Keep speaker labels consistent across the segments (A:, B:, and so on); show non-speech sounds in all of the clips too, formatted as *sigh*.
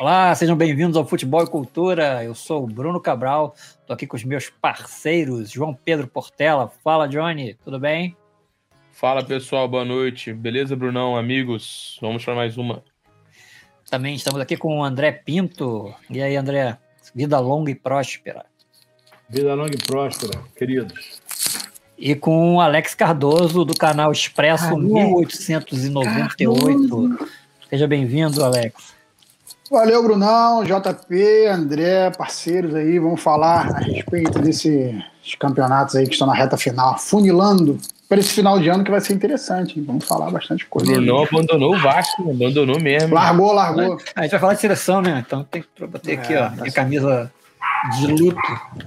A: Olá, sejam bem-vindos ao Futebol e Cultura. Eu sou o Bruno Cabral, estou aqui com os meus parceiros, João Pedro Portela. Fala, Johnny, tudo bem?
B: Fala pessoal, boa noite. Beleza, Brunão, amigos? Vamos para mais uma.
A: Também estamos aqui com o André Pinto. E aí, André? Vida longa e próspera.
C: Vida longa e próspera, queridos.
A: E com o Alex Cardoso, do canal Expresso
D: Alex
A: 1898. Seja bem-vindo, Alex.
D: Valeu, Brunão, JP, André, parceiros aí, vamos falar a respeito desses campeonatos aí que estão na reta final, funilando para esse final de ano que vai ser interessante, hein? vamos falar bastante
B: O
D: coisa.
B: Brunão abandonou o Vasco, abandonou mesmo.
D: Largou, largou.
A: Ah, A gente vai falar de seleção, né? Então tem que bater aqui,
D: É,
A: ó,
D: tá
A: minha
D: certo.
A: camisa de luto,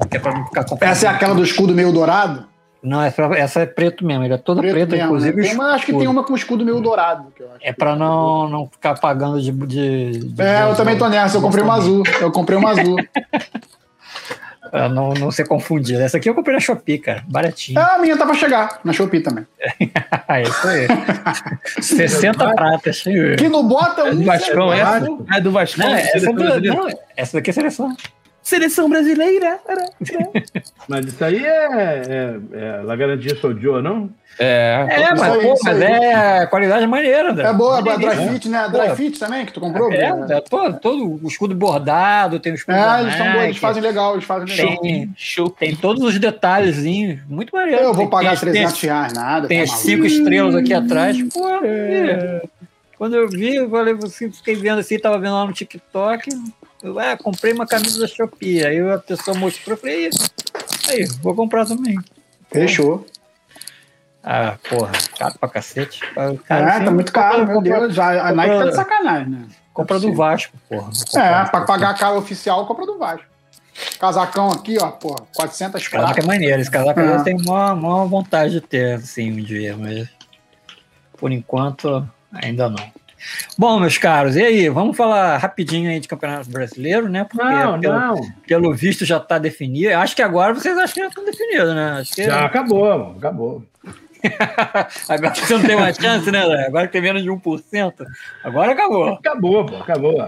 A: que é para não ficar confuso.
D: Essa é aquela do escudo meio dourado?
A: Não, essa, essa é preto mesmo, ele é toda preta,
D: mesmo,
A: inclusive.
D: né? Tem uma- acho que
A: escuro.
D: tem uma com escudo meio dourado. que eu acho
A: É
D: que-
A: pra não, não ficar pagando de. de- de-
D: É, eu também tô nessa, eu comprei uma azul, eu comprei uma azul. É,
A: Pra Ah, não, não ser confundido. Essa aqui eu comprei na Shopee, cara. Baratinho.
D: Ah, a minha tá pra chegar, na Shopee também.
A: *laughs* É isso aí.
D: *laughs*
A: 60 pratas.
D: Que não bota
B: É do
D: um...
B: Vascão, essa? É do Vascão?
A: Não, essa, é
B: Seleção
A: do,
B: brasileira?
A: não, essa daqui é seleção.
B: Seleção brasileira.
C: Mas isso aí é, é, é La Garantia Soldier, não?
B: É,
A: É, mas,
D: aí,
A: pô,
D: isso
A: mas
D: aí.
A: é qualidade maneira, André.
D: É boa, é boa,
A: Maneiríssimo.
D: dry fit, né?
A: Pô.
D: Dry fit também, que tu comprou?
A: É,
D: Bruno?
A: é todo, todo o escudo bordado, tem o escudo.
D: É,
A: da
D: eles são bons, eles
A: Nike,
D: fazem legal, eles fazem legal.
A: Tem,
B: show.
A: tem todos os detalhezinhos. Muito maneiro.
D: Eu vou
A: Tem-
D: pagar
A: tem-
D: 300 reais, nada.
A: Tem
D: tá
A: as
D: maluco.
A: cinco estrelas aqui atrás. Pô, é. Quando eu vi, eu falei, assim, fiquei vendo assim, tava vendo lá no TikTok. Eu, ah, comprei uma camisa da Shopee. Aí a pessoa mostrou, eu falei, "Ih, aí, vou comprar também.
D: Fechou.
A: Ah, porra, caro pra cacete. Cara,
D: Caraca,
A: assim,
D: tá muito caro, meu
A: compra-
D: Deus. A, a Nike tá
A: compra-
D: de sacanagem, né?
A: Compra do Vasco, porra.
D: É, pra pagar a cara oficial, compra do Vasco. Casacão aqui, ó, pô, 400
A: Casaco
D: pratas.
A: é maneiro, esse casaco
D: É.
A: eu tenho maior, maior vontade de ter, assim, um dia, mas por enquanto ainda não. Bom, meus caros, e aí? Vamos falar rapidinho aí de Campeonato Brasileiro, né?
B: é
A: Porque
C: Não,
A: pelo,
C: não.
A: pelo visto já tá definido. Eu Acho que agora vocês acham que já estão definidos, né? Acho que
C: Já acabou, mano, acabou.
A: agora você não tem mais chance, né? Léo? Agora que tem menos de 1%. Agora acabou.
C: Acabou, pô, acabou.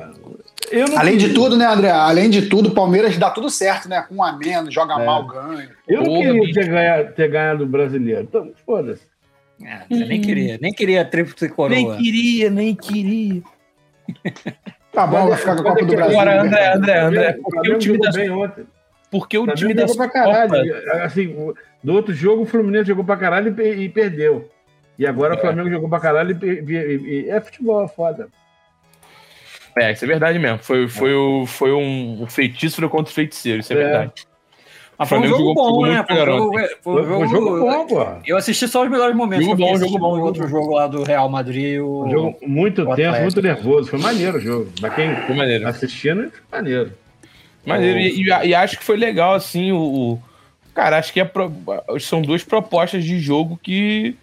C: Eu não,
D: Além de tudo, né, André? Além de tudo, o Palmeiras dá tudo certo, né? Com um a menos, joga
C: É.
D: mal, ganha.
C: eu não
B: Porra,
C: queria
B: bicho.
C: ter ganhado, ter ganhado o brasileiro. Então, foda-se.
A: É, eu nem queria, nem queria a tríplice coroa.
B: queria, nem queria.
D: Tá bom, vai ficar com a
C: é
D: Copa do Brasil.
B: Agora,
D: né?
B: André, André, André,
C: assim, Flamengo-
B: porque o
C: Flamengo
B: time
C: jogou
B: da,
C: bem ontem.
B: porque o
C: Flamengo
B: time da
C: jogou pra
B: Copa,
C: caralho. Assim, o- do outro jogo, o Fluminense jogou pra caralho e, pe- e perdeu. E agora o Flamengo jogou pra caralho e, pe- e- e- é futebol, é foda.
B: É, isso é verdade mesmo. Foi, foi, o, foi um um feitiço contra o feiticeiro, isso é,
C: É.
B: verdade.
A: Mas foi um jogo bom, né? Foi um jogo-
C: Foi, foi um jogo bom, pô.
A: Eu assisti só os melhores momentos.
B: Jogo
A: que eu
B: bom,
A: fiquei
B: jogo bom,
A: assistindo o outro jogo lá do Real Madrid. e O...
C: Um jogo muito
A: o
C: tenso,
A: Atlético.
C: muito nervoso. Foi maneiro o jogo. Pra quem
B: Foi maneiro.
C: assistindo, foi maneiro.
B: Mas e, e- e acho que foi legal, assim, o. o- cara, acho que é pro- são duas propostas de jogo que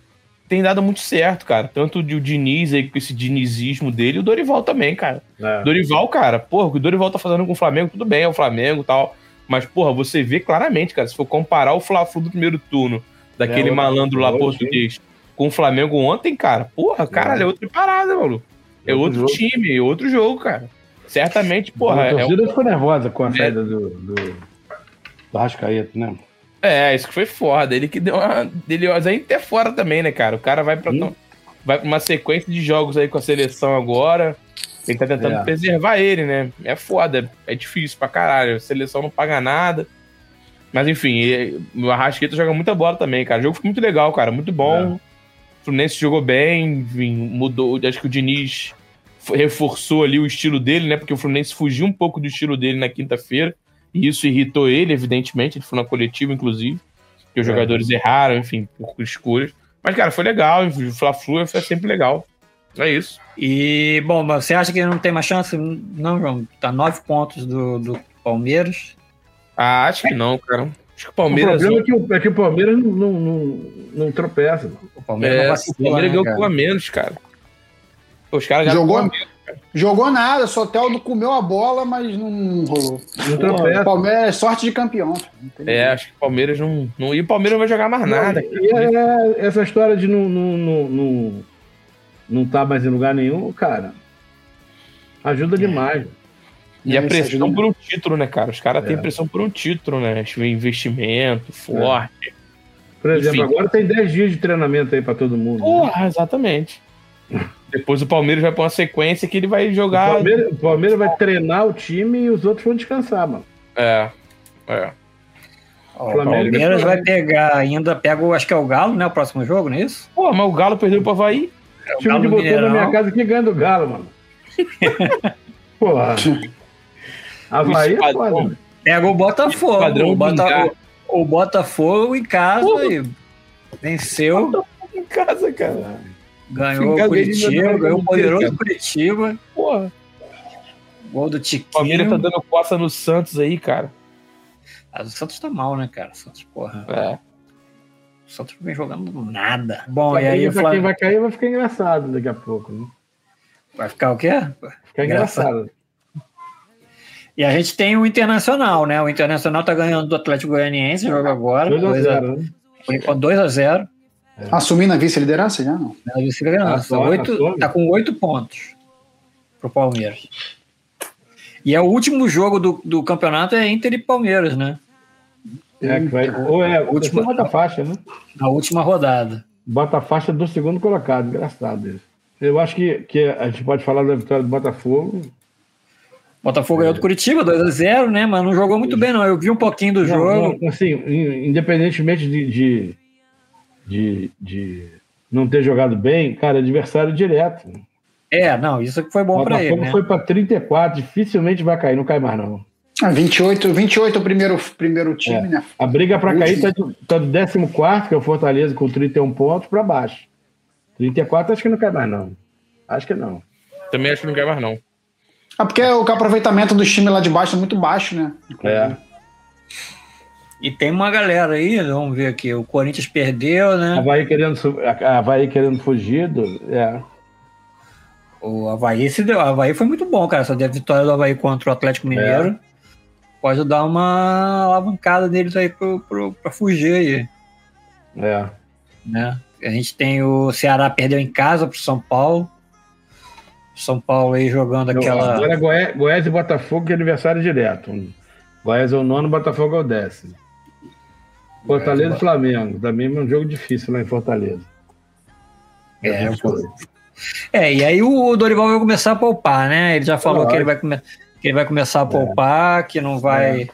B: tem dado muito certo, cara. Tanto de- o Diniz aí, com esse dinizismo dele, e o Dorival também, cara.
C: né?
B: Dorival, cara, porra, o que o Dorival tá fazendo com o Flamengo, tudo bem, é o Flamengo e tal. Mas, porra, você vê claramente, cara, se for comparar o Fla-Flu do primeiro turno, daquele
C: É, o-
B: malandro lá
C: o-
B: português, com o Flamengo ontem, cara, porra, caralho, é outra parada, maluco. É outro,
C: Uhum. Outro jogo.
B: time, é outro jogo, cara. Certamente, porra,
C: a
B: é,
C: torcida ficou nervosa com a
B: É.
C: saída do, do, do Rascaeta, né?
B: é, isso que foi foda. Ele que deu uma. Ele, mas aí até fora também, né, cara? O cara vai pra,
C: Hum.
B: vai pra uma sequência de jogos aí com a seleção agora. Ele tá tentando
C: É.
B: preservar ele, né? É foda, é difícil pra caralho. A seleção não paga nada. Mas enfim, ele- o Arrasqueta joga muita bola também, cara. O jogo foi muito legal, cara. Muito bom. O Fluminense jogou bem, enfim, mudou. Acho que o Diniz f- reforçou ali o estilo dele, né? Porque o Fluminense fugiu um pouco do estilo dele na quinta-feira. E isso irritou ele, evidentemente. Ele foi na coletiva, inclusive. Que os
C: É.
B: jogadores erraram, enfim, por escolhas. Mas, cara, foi legal. O Fla-Flu é sempre legal. É isso.
A: E, bom, mas você acha que não tem mais chance? Não, João. Tá nove pontos do, do Palmeiras.
B: Ah, acho que não, cara. Acho que o
C: O
B: Palmeiras.
C: problema é que o, é que o Palmeiras não, não, não, não tropeça. mano.
A: O
B: É,
A: Palmeiras não
B: o
A: vacilou,
B: Palmeiras
A: né,
B: ganhou
A: cara?
B: com a menos, cara. Pô, Os caras ganharam
D: Jogou?
B: com a menos.
D: Jogou nada, Soteldo comeu a bola, mas não rolou.
C: Não
D: O
C: tropeça.
D: Palmeiras, é sorte de campeão. não tem
B: É, acho que o Palmeiras não, não. E o Palmeiras não vai jogar mais nada. cara.
C: E é- é essa história de não, não, não, não,
B: É.
C: não tá mais em lugar nenhum, cara, ajuda demais.
B: E
D: É,
B: a
D: isso
B: pressão
D: ajuda
B: por um título, né, cara? Os caras têm
C: É.
B: pressão por um título, né? Acho que é Investimento forte.
C: Por exemplo,
B: Enfim.
C: agora tem 10 dias de treinamento aí pra todo mundo. né?
B: Porra, exatamente. Depois o Palmeiras vai pra uma sequência que ele vai
C: O
B: jogar.
C: Palmeiras, o Palmeiras vai treinar o time e os outros vão descansar, mano.
B: É. É.
A: Ó, o
C: Flamengo e
A: Palmeiras vai
C: Flamengo.
A: pegar ainda, pega o, acho que é o Galo, né? O próximo jogo, não é isso?
B: Pô, mas o Galo perdeu pro Havaí.
A: É,
C: O time de
A: do
C: botão na minha
A: Mineirão.
C: casa que ganha do
B: *laughs*
C: Galo, mano. Porra. Havaí é
B: Espadão.
C: foda. né?
A: Pega o Botafogo.
B: Padrão
A: O, Bota-
B: vingar.
A: o- o Botafogo em casa
B: Porra.
A: e venceu,
B: Em casa, cara.
D: É.
A: ganhou
B: vingar
A: o
B: o Guerreiro
A: Curitiba,
B: Nacional
A: ganhou o
B: inteiro,
A: poderoso
B: cara.
A: Curitiba,
B: Porra.
A: gol do
B: O Palmeiras tá
A: Tiquinho.
B: dando coça no Santos aí, cara.
A: Ah, o Santos tá mal, né, cara? O Santos, porra.
B: É.
A: O Santos não vem jogando nada. Bom, e
C: Pra
A: aí
C: quem-
A: o
C: pra quem
A: Flamengo.
C: vai cair vai ficar engraçado daqui a pouco. Né?
A: Vai ficar o quê? Engraçado.
C: Fica engraçado.
A: E a gente tem o Internacional, né? O Internacional tá ganhando do Atlético Goianiense, joga agora. 2x0.
C: 2x0, né?
A: 2x0.
D: Assumindo a vice-liderança já, não.
A: Né? O Vice ganhando.
C: Tá fora,
A: Oito-
C: tá fora.
A: tá com oito pontos pro Palmeiras. E é o último jogo do, do campeonato é Inter e Palmeiras, né?
C: É, que vai- ou é,
A: Última-
C: última bota a faixa, né?
A: Na última rodada.
C: Bota a faixa do segundo colocado, engraçado isso. Eu acho que, que a gente pode falar da vitória do Botafogo.
A: Botafogo
C: É.
A: ganhou do Curitiba, 2x0, né? Mas não jogou muito bem, não. Eu vi um pouquinho do
C: Não,
A: jogo.
C: não, assim, in- independentemente de, de, de, de não ter jogado bem, cara, adversário direto.
A: É, não, isso que foi
C: O
A: bom pra ele.
C: Botafogo
A: Né?
C: foi para 34, dificilmente vai cair, não cai mais não.
D: Ah, 28, 28 é o primeiro, primeiro time,
C: É.
D: né?
C: A briga para
D: Último.
C: cair está do, tá do 14, que é o Fortaleza, com 31 pontos, para baixo. 34 acho que não cai mais não. Acho que não.
B: Também acho que não quer mais, não.
D: Ah, porque o aproveitamento dos times lá de baixo é muito baixo, né?
C: É.
A: E tem uma galera aí, vamos ver aqui. O Corinthians perdeu, né?
C: Havaí querendo, su- a- Havaí querendo fugir, do- é.
A: O Havaí se deu. O Havaí foi muito bom, cara. Essa vitória do Havaí contra o
C: É.
A: Atlético Mineiro. Pode dar uma alavancada neles aí pro, pro, pra fugir aí.
C: É.
A: Né? A gente tem o Ceará perdeu em casa pro São Paulo. São Paulo aí jogando aquela.
C: Agora é Goé- Goiás e Botafogo que é aniversário direto. Goiás é o nono, Botafogo é o décimo. Fortaleza e Flamengo. Também é um jogo difícil lá em Fortaleza.
A: É, É, e aí o Dorival vai começar a poupar, né? Ele já falou
C: Claro.
A: que, ele vai come- que ele vai começar a poupar, que não vai.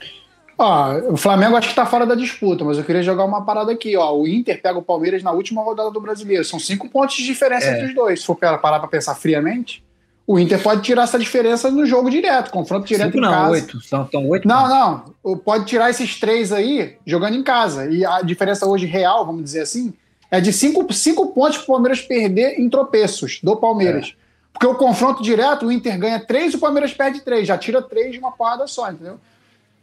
D: Ó, o Flamengo acho que tá fora da disputa, mas eu queria jogar uma parada aqui, ó. O Inter pega o Palmeiras na última rodada do brasileiro. São cinco pontos de diferença
A: É.
D: entre os dois. Se for parar pra pensar friamente, o Inter pode tirar essa diferença no jogo direto, confronto direto
A: Cinco
D: em
A: não,
D: casa.
A: oito. São, são oito.
D: Não, não. O- Pode tirar esses três aí jogando em casa. E a diferença hoje real, vamos dizer assim, é de cinco, cinco pontos para o Palmeiras perder em tropeços do Palmeiras. Porque o confronto direto, o Inter ganha três, o Palmeiras perde três. Já tira três de uma porrada só, entendeu?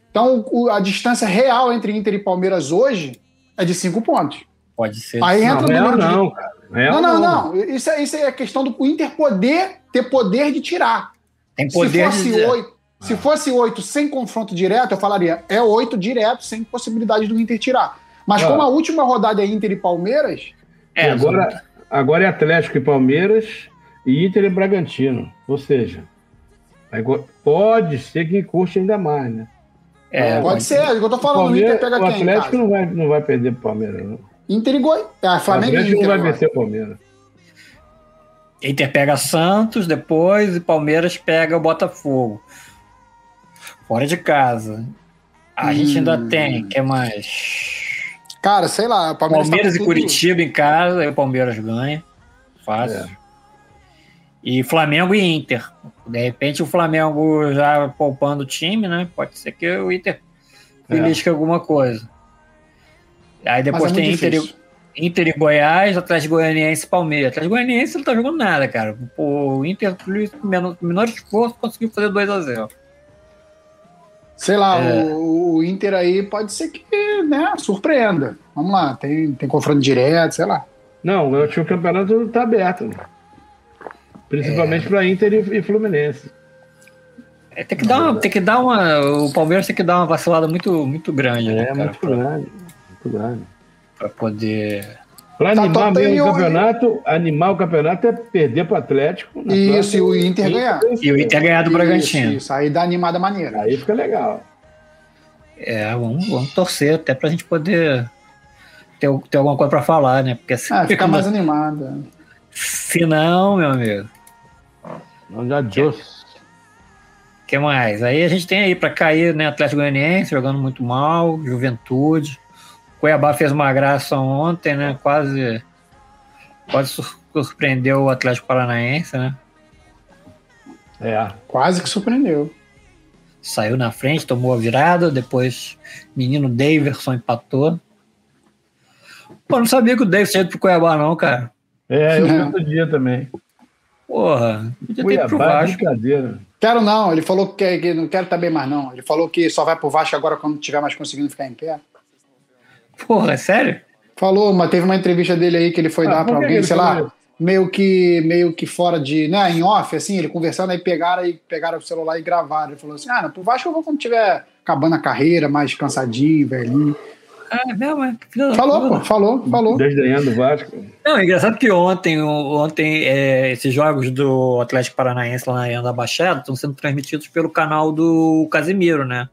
D: Então o- a distância real entre Inter e Palmeiras hoje é de cinco pontos.
A: Pode ser.
D: Aí
C: Não,
D: entra o
C: real
D: número de
C: não, cara. Real
D: não, não, não. Isso é, isso é a questão do Inter poder ter poder de tirar.
A: Tem poder
D: se
A: de.
D: fosse
A: dizer.
D: oito, se
C: É.
D: fosse oito sem confronto direto, eu falaria é oito direto, sem possibilidade do Inter tirar. Mas
C: Ah.
D: como a última rodada é Inter e Palmeiras,
C: E
A: É,
C: agora, agora é Atlético e Palmeiras e Inter e Bragantino. Ou seja, agora- pode ser que curte ainda mais, né?
A: É,
D: pode,
A: pode
D: ser. É o que eu tô
C: O,
D: falando, o Inter
C: Palmeiras-
D: pega
C: o
D: quem?
C: Atlético
D: cara?
C: não vai, não vai perder pro Palmeiras, não.
D: Inter e Goi... Ah,
C: O
D: Flamengo e
C: Atlético
D: Inter.
C: não vai
D: agora.
C: vencer o Palmeiras.
A: Inter pega Santos depois e Palmeiras pega o Botafogo. Fora de casa. A
D: Hum.
A: gente ainda tem, que mais?
D: Cara, sei lá, o Palmeiras,
A: Palmeiras
D: tá
A: e
D: com tudo-
A: Curitiba em casa, aí o Palmeiras ganha. Fácil.
C: É.
A: E Flamengo e Inter. De repente o Flamengo já poupando o time, né? Pode ser que o Inter
C: É.
A: belisque alguma coisa. Aí
D: Mas é
A: depois tem
D: muito
A: Inter e,
D: difícil.
A: Inter e Goiás, Atlético Goianiense e Palmeiras. Atlético Goianiense não tá jogando nada, cara. O Inter, com menor, menor esforço, conseguiu fazer 2x0.
D: Sei lá,
A: É.
D: o, o Inter aí pode ser que, né, surpreenda. Vamos lá, tem, tem confronto direto, sei lá.
C: Não, eu acho que o campeonato está aberto. né? Principalmente para Inter e, e Fluminense.
A: É, tem, que dar uma, tem que dar uma. O Palmeiras tem que dar uma vacilada muito, muito grande, né?
C: É,
A: Cara,
C: muito
A: pra,
C: grande. Muito grande.
A: pra poder
C: Pra
D: Tá,
C: animar
D: tá,
C: mesmo
D: tem
C: o
D: o-
C: campeonato, animar o campeonato é perder pro Atlético. na
D: Isso, e o Inter
C: próxima-
D: ganhar.
E: E o Inter ganhar do Bragantino.
D: Isso, isso, aí dá animada maneira.
C: Aí fica legal.
A: É, vamos, vamos torcer até pra gente poder ter, ter alguma coisa pra falar, né? Porque se,
D: Ah, fica mais animada.
A: se não, meu amigo,
C: Não já Deus.
A: o que mais? Aí a gente tem aí pra cair, né? Atlético Goianiense jogando muito mal, Juventude. Cuiabá fez uma graça ontem, né? Quase, quase sur- surpreendeu o Atlético Paranaense, né?
C: É.
D: Quase que surpreendeu.
A: Saiu na frente, tomou a virada, depois menino Daverson empatou. Pô, não sabia que o Davis tinha ido pro Cuiabá, não, cara.
C: É, eu vi outro dia também.
A: Porra, podia ter ido pro
C: Cuiabá,
A: Vasco.
C: brincadeira.
D: Quero não, ele falou que, que não quero também mais não. Ele falou que só vai pro Vasco agora quando tiver mais conseguindo ficar em pé.
A: Porra, é sério?
D: Falou, mas teve uma entrevista dele aí que ele foi
C: Ah,
D: dar
C: por
D: pra
C: que
D: alguém,
C: ele
D: sei
C: falou
D: lá, meio que meio que fora de, né, em off assim, ele conversando aí pegaram e pegaram o celular e gravaram. Ele falou assim: "Ah, não, pro Vasco eu vou quando tiver acabando a carreira, mais cansadinho, velhinho".
A: Ah, é mesmo, é. Filha da
D: Falou,
A: puta.
D: pô, falou, falou.
C: Desdenhando o Vasco. *laughs*
A: Não, é engraçado que ontem, o- ontem é, esses jogos do Atlético Paranaense lá na Arena da Baixada estão sendo transmitidos pelo canal do Casimiro, né?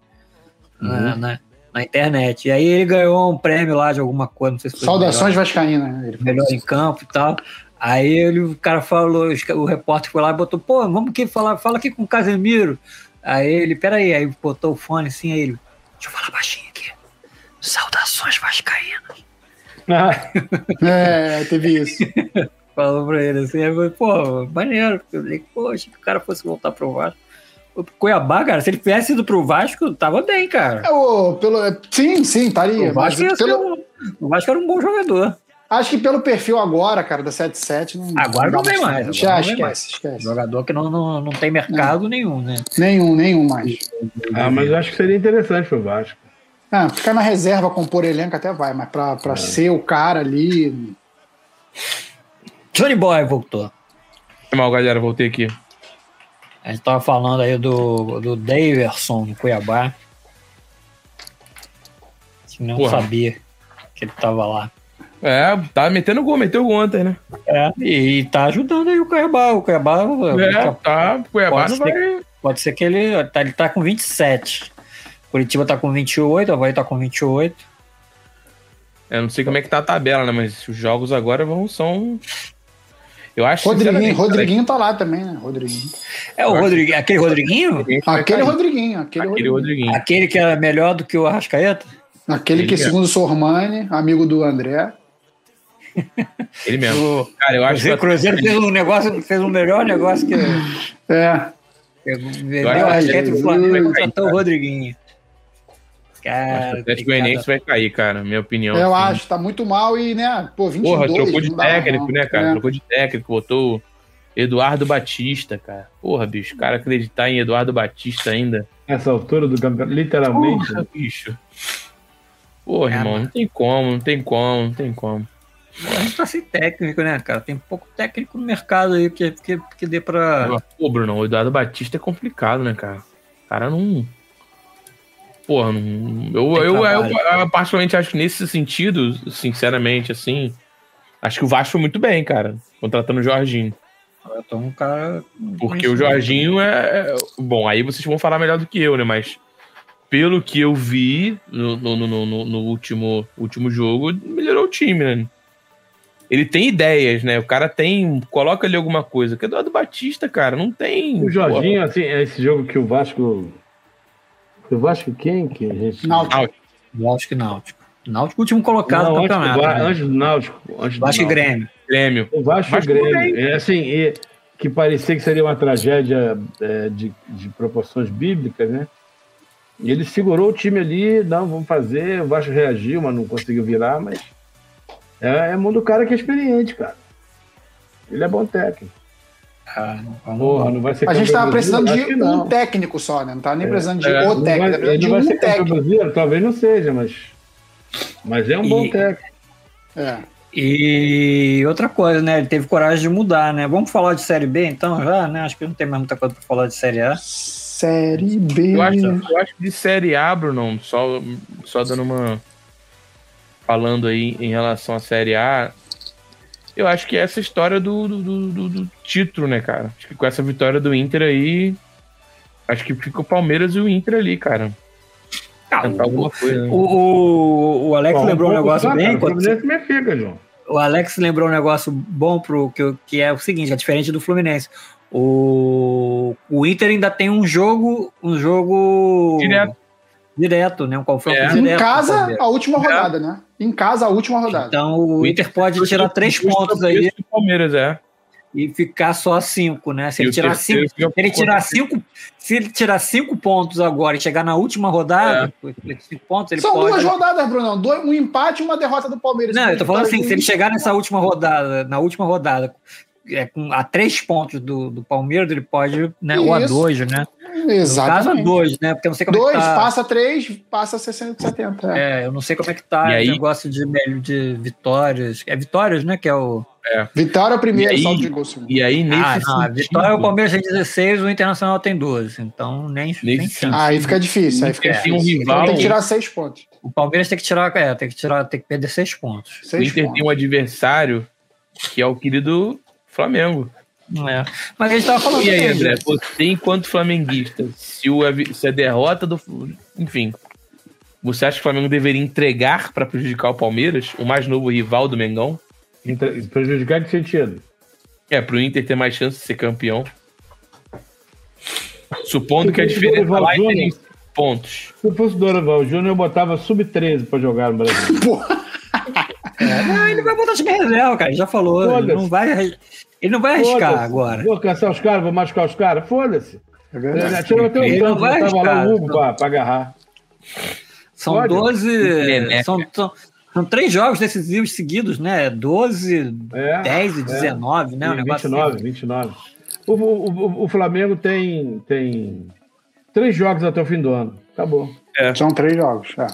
D: Uhum.
A: Na, na- na internet. E aí ele ganhou um prêmio lá de alguma coisa, não sei se foi
D: Saudações vascaínas. né? Ele
A: melhor, melhor em campo e tal. Aí ele, o cara falou, os ca- o repórter foi lá e botou, pô, vamos aqui falar, fala aqui com o Casemiro. Aí ele, peraí, aí botou o fone assim, aí ele, deixa eu falar baixinho aqui. Saudações Vascaína.
C: Ah,
D: É, teve isso.
A: Falou pra ele assim, aí eu falei, pô, maneiro. Eu falei, poxa, que o cara fosse voltar pro Vasco. O Cuiabá, cara, se ele tivesse ido pro Vasco, tava bem, cara.
D: É, ô, pelo, sim, sim, estaria.
A: É, O Vasco, ia
D: mas
A: ser
D: pelo-
A: um- o Vasco era um bom jogador.
D: acho que pelo perfil agora, cara, da 77, não.
A: Agora não
D: dá
A: vem mais,
D: Já
A: agora não vem
D: esquece,
A: mais.
D: esquece.
A: Jogador que não, não, não tem mercado nenhum, né?
D: Nenhum, nenhum mais.
C: ah, mas eu acho que seria interessante pro Vasco.
D: Ah, ficar na reserva, compor elenco até vai, mas pra, pra ser o cara ali.
A: Johnny Boy voltou.
B: Foi mal, galera, voltei aqui.
A: A gente tava falando aí do, do Daverson no Cuiabá. Que não
B: Porra.
A: sabia que ele tava lá.
B: É, tá metendo gol, meteu gol ontem, né?
A: É, e, e tá ajudando aí o Cuiabá. O Cuiabá
B: É, tá. Cuiabá
A: Pode
B: não
A: ser.
B: vai.
A: Pode ser que ele tá, ele tá com 27. Curitiba tá com 28, Havaí tá com 28.
B: Eu não sei como é que tá a tabela, né? Mas os jogos agora vão são. Eu acho
D: Rodriguinho,
B: sinceramente, cara,
D: Rodriguinho tá lá também, né? Rodriguinho.
A: É o
B: Eu acho tá
A: Rodriguinho, aquele Rodriguinho?
B: que vai
D: Aquele
B: cair.
D: Rodriguinho, aquele,
B: Aquele
D: Rodriguinho.
B: Rodriguinho.
A: Aquele que era melhor do que o Arrascaeta?
D: Aquele que,
B: Ele é.
D: segundo o Sormani, amigo do André.
B: Ele mesmo. Cara, eu acho que tá
A: O Cruzeiro fez um negócio, fez um melhor negócio que
D: É.
A: que vendeu o
B: acho que é
A: Arrascaeta do
D: Jesus.
A: Flamengo e contratou o Rodriguinho. Cara,
B: o Atlético
A: tem cada-
B: Goianiense vai cair, cara, minha opinião.
D: Eu
B: assim.
D: acho, tá muito mal e, né? Pô, 22.
B: Porra, trocou de
D: não dá mais
B: técnico,
D: não.
B: né, cara?
D: É.
B: Trocou de técnico, botou o Eduardo Batista, cara. Porra, bicho, cara, acreditar em Eduardo Batista ainda.
C: Nessa altura do campeonato, literalmente.
B: Porra, bicho. Porra,
A: É,
B: irmão,
A: mano.
B: não tem como, não tem como, não tem como.
A: A gente tá sem técnico, né, cara? Tem pouco técnico no mercado aí que, que, que dê pra.
B: Pô, Bruno, o Eduardo Batista é complicado, né, cara? O cara não. Porra, não. Eu,
A: Tem
B: eu, eu,
A: trabalho.
B: eu particularmente acho que nesse sentido, sinceramente, assim. Acho que o Vasco foi muito bem, cara, contratando o Jorginho.
A: Então, um cara.
B: Porque o Jorginho é. é- Bom, aí vocês vão falar melhor do que eu, né? Mas pelo que eu vi no, no, no- no- no- no último, último jogo, melhorou o time, né? Ele tem ideias, né? O cara tem. Coloca ali alguma coisa. Que Eduardo Batista, cara, não tem.
C: O Jorginho, assim, é esse jogo que o Vasco. O Vasco quem? Que a gente...
D: Náutico.
A: Náutico e Náutico. Náutico, último colocado
C: Não,
A: do
C: antes, do
A: campeonato.
C: Va-
A: né?
C: antes do Náutico. Antes do
A: Vasco e
C: Náutico.
A: Grêmio.
B: Pô, Grêmio.
C: O Vasco,
B: Vasco
C: e Grêmio.
B: também.
C: É assim, e- que parecia que seria uma tragédia é, de, de proporções bíblicas, né? E ele segurou o time ali, não, vamos fazer, o Vasco reagiu, mas não conseguiu virar, mas é, é mão do cara que é experiente, cara. Ele é bom técnico.
A: Ah, vamos-
C: Porra, não vai ser
D: A gente
C: campeão
D: tava precisando
C: brasileiro? Acho
D: de
C: que não.
D: um técnico só, né? Não tava nem precisando de
B: É,
D: o
C: Não
D: técnico,
C: vai-
D: tava precisando
C: ele
D: de
C: vai
D: um
C: ser campeão
D: técnico.
C: brasileiro? Talvez não seja, mas, mas é um bom
A: E-
C: técnico.
D: É.
A: E outra coisa, né? Ele teve coragem de mudar, né? Vamos falar de Série B então já, né? Acho que não tem mais muita coisa pra falar de Série A.
D: Série B.
B: Eu acho,
D: Hum.
B: eu acho que de Série A, Bruno, só, só dando uma. Falando aí em relação à Série A, eu acho que é essa história do, do, do- do- do título, né, cara? Acho que com essa vitória do Inter aí, acho que fica o Palmeiras e o Inter ali, cara. Tentar alguma coisa.
A: Ah,
B: né?
A: O, o, o Alex
C: Bom,
A: lembrou um
C: pouco
A: negócio
C: só,
A: bem.
C: cara, O
A: quando-
C: Fluminense também fica, João.
A: O Alex lembrou um negócio bom pro que, eu- que é o seguinte, é diferente do Fluminense. O, o Inter ainda tem um jogo, um jogo
B: Direto.
A: direto, né? Um confronto
B: É.
A: direto.
D: Em
A: com o
D: casa,
A: Palmeiras.
D: a última rodada, né? Em casa, a última rodada.
A: Então o
B: O
A: Inter pode tirar três
B: Justo
A: pontos
B: o
A: aí
B: preço do Palmeiras, é.
A: e ficar só cinco, né? Se ele
B: E o
A: tirar cinco,
B: terceiro fica
A: se ele
B: por
A: tirar
B: conta-
A: cinco, se ele tirar cinco pontos agora e chegar na última
B: É.
A: rodada, com cinco pontos, ele
D: São
A: pode.
D: duas rodadas, Brunão. Dois- Um empate e uma derrota do Palmeiras.
A: Não, eu tô falando assim, se ele
D: chega.
A: chegar nessa última rodada, na última rodada, é, com, a três pontos do, do Palmeiras, ele pode, né? Ou a
D: Isso.
A: dois, né? No caso, a
D: Exatamente.
A: dois, né? Porque eu não sei como
D: Dois,
A: é que tá.
D: passa três, passa 60, 70. É.
A: É, eu não sei como é que tá
B: E aí-
A: o negócio de, mel- de vitórias. É vitórias, né? Que é o.
D: Vitória
B: E
D: primeiro,
B: aí-
D: saldo de gol segundo.
B: E aí, nesse
A: ah, não, a
B: sentido-
A: vitória o Palmeiras tem 16, o Internacional tem 12. Então, nem,
B: Nesse
A: nem chance.
D: Aí fica difícil, aí fica
B: É, tem
D: difícil.
B: um rival-
D: Então tem que tirar seis pontos.
A: O Palmeiras tem que tirar. É, tem que tirar, tem que perder seis pontos.
B: o
D: Seis
B: Inter
D: pontos.
B: tem um adversário que é o querido Flamengo.
A: É. Mas a gente tava falando.
B: E aí,
A: também,
B: André,
A: né?
B: você enquanto flamenguista, se, o, avi- se a derrota do. Enfim. Você acha que o Flamengo deveria entregar para prejudicar o Palmeiras, o mais novo rival do Mengão?
C: Inter- Prejudicar né? em que sentido?
B: É, pro Inter ter mais chance de ser campeão. Supondo que a
C: Porque o
B: diferença
C: Dorival
B: lá é
C: Júnior-
B: 3 pontos.
C: Se eu fosse o Dorival Júnior, eu botava sub-13 pra jogar no Brasil.
A: Ah, ele vai botar time reserva, cara. ele Já falou. Ele
C: Foda-se.
A: não vai, arri- ele não *laughs* vai arriscar
C: Foda-se.
A: agora.
C: Vou cansar os caras, vou machucar os caras. Foda-se.
D: É
C: É,
D: verdade.
C: Tirou até
A: Ele
C: um
A: não
C: tanto,
A: vai então.
C: botava lá
A: arriscar,
C: o Hugo pra, pra agarrar.
A: São
C: Olha,
A: 12.
B: Leleca.
A: São, são, são três jogos decisivos seguidos, né? 12,
C: É.
A: 10 e 19, né? O
C: E
A: negócio
C: 29, 29. O, o- o- o Flamengo tem, tem três jogos até o fim do ano. Acabou.
D: São três jogos. É.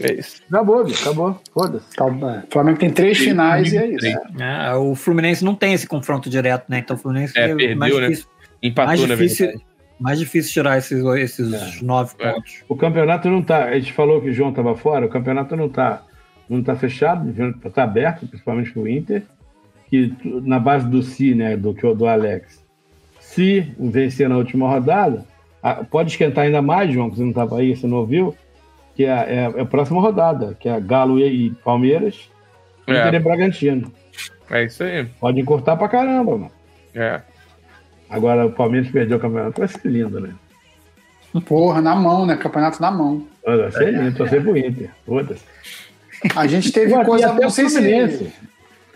B: É isso.
C: Acabou, bicho. Acabou. Foda-se.
D: Calma, é. O Flamengo tem três finais e é isso.
B: Três.
A: assim, né? O Fluminense não tem esse confronto direto, né? Então o Fluminense
B: É, perdeu, né?
A: difícil, mais
B: Empatou, na verdade.
A: difícil, mais difícil tirar esses, esses nove
B: É.
A: pontos.
C: O campeonato não tá. A gente falou que o João estava fora, o campeonato não tá, não tá fechado, está aberto, principalmente pro Inter, que tu- na base do Si, né, do que o do Alex. Se vencer na última rodada, a- pode esquentar ainda mais, João, que você não estava aí, você não ouviu, que é, é- é a próxima rodada, que é Galo e e Palmeiras, Inter e Bragantino.
B: É, é isso aí.
C: Pode encurtar pra caramba, mano.
B: É.
C: Agora o Palmeiras perdeu o campeonato, vai ser lindo, né?
D: Porra, na mão, né? Campeonato na mão.
C: Vai ser lindo, torcer pro Inter. Foda-se.
D: A gente teve
C: E
D: coisa.
C: até
D: Não
C: o
D: sei se,
C: Fluminense.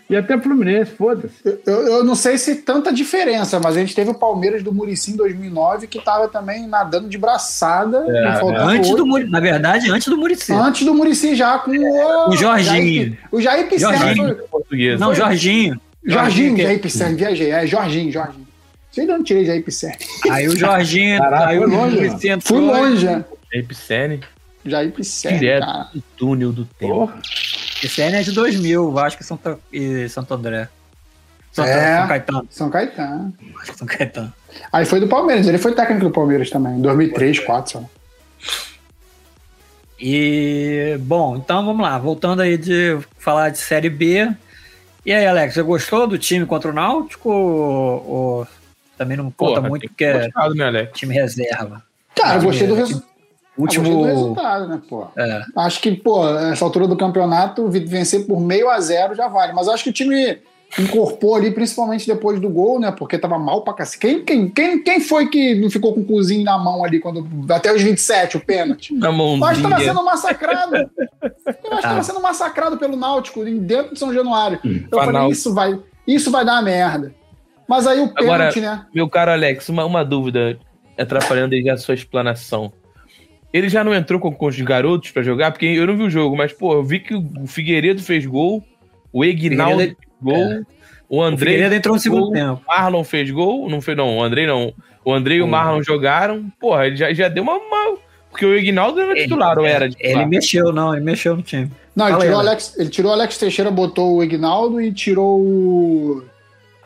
C: E até o Fluminense, foda-se.
D: eu, eu não sei se tanta diferença, mas a gente teve o Palmeiras do Murici em 2009 que tava também nadando de braçada. não faltava
A: É, Antes
D: outro.
A: do Muri- na verdade, antes do Murici. É,
D: Antes do Murici já com o.
A: O Jorginho.
D: Jair Pi- O Jair Pisserni.
A: Jorginho.
D: foi-
B: Portuguesa.
A: Não, Jorginho.
D: Jorginho,
A: que-
D: Jair Pisserni, viajei. É, Jorginho, Jorginho. Sei de onde tirei Jair Pisserni.
A: Aí o Jorginho.
C: Caraca,
A: aí o
C: foi longe,
A: Muricy
D: Fui
A: entrou.
D: longe, né?
B: É Epicene,
D: Jair Pisserni,
B: direto
D: cara.
B: do túnel do tempo.
C: Porra.
A: Esse aí é de 2000, Vasco e Santo, e Santo André. Santo,
D: É.
A: São Caetano.
D: São Caetano.
A: Vasco e São Caetano.
D: Aí foi do Palmeiras, ele foi técnico do Palmeiras também, em 2003, 2004, sei lá.
A: E, bom, então vamos lá. Voltando aí de falar de Série B. E aí, Alex, você gostou do time contra o Náutico? Ou, ou também não conta
B: Porra,
A: muito
B: tem Ah,
A: porque é
B: gostado, né, Alex?
A: time reserva?
D: Cara, eu gostei do, resu- eu
A: é,
D: gostei do
B: tá-
A: Último.
D: resultado, né, pô?
A: É,
D: Acho que, pô, essa altura do campeonato, vi- vencer por meio a zero já vale. Mas acho que o time incorporou ali, principalmente depois do gol, né? Porque tava mal pra cacete. Quem, quem, quem, quem foi que não ficou com o cozinho na mão ali quando. Até os 27, o pênalti?
B: Na
D: O Vasco
A: tá
D: tava
B: mãozinha.
D: sendo massacrado. O Vasco tava
A: Ah.
D: sendo massacrado pelo Náutico em- dentro de São Januário. Eu falei,
B: Fanal.
D: isso vai, isso vai dar uma merda. Mas aí o
B: Agora-
D: pênalti, né?
B: Meu caro Alex, uma, uma dúvida atrapalhando aí já a sua explanação. Ele já não entrou com, com os garotos pra jogar? Porque eu não vi o jogo, mas, pô, eu vi que o Figueiredo fez gol, o Egnaldo
A: Figueiredo- é.
B: fez gol, o
A: o
B: Andrei,
A: Figueiredo entrou no segundo
B: gol.
A: tempo.
B: o Marlon fez gol, não foi não, o Andrei não. O Andrei e o Marlon jogaram, porra, ele já, já deu uma, uma- Porque o Egnaldo era titular, ou era titular?
A: é, Ele mexeu, não, ele mexeu no time.
D: Não, ele
A: Fala aí,
D: tirou, o
A: Ana.
D: Alex, ele tirou o Alex Teixeira, botou o Ignaldo e tirou o.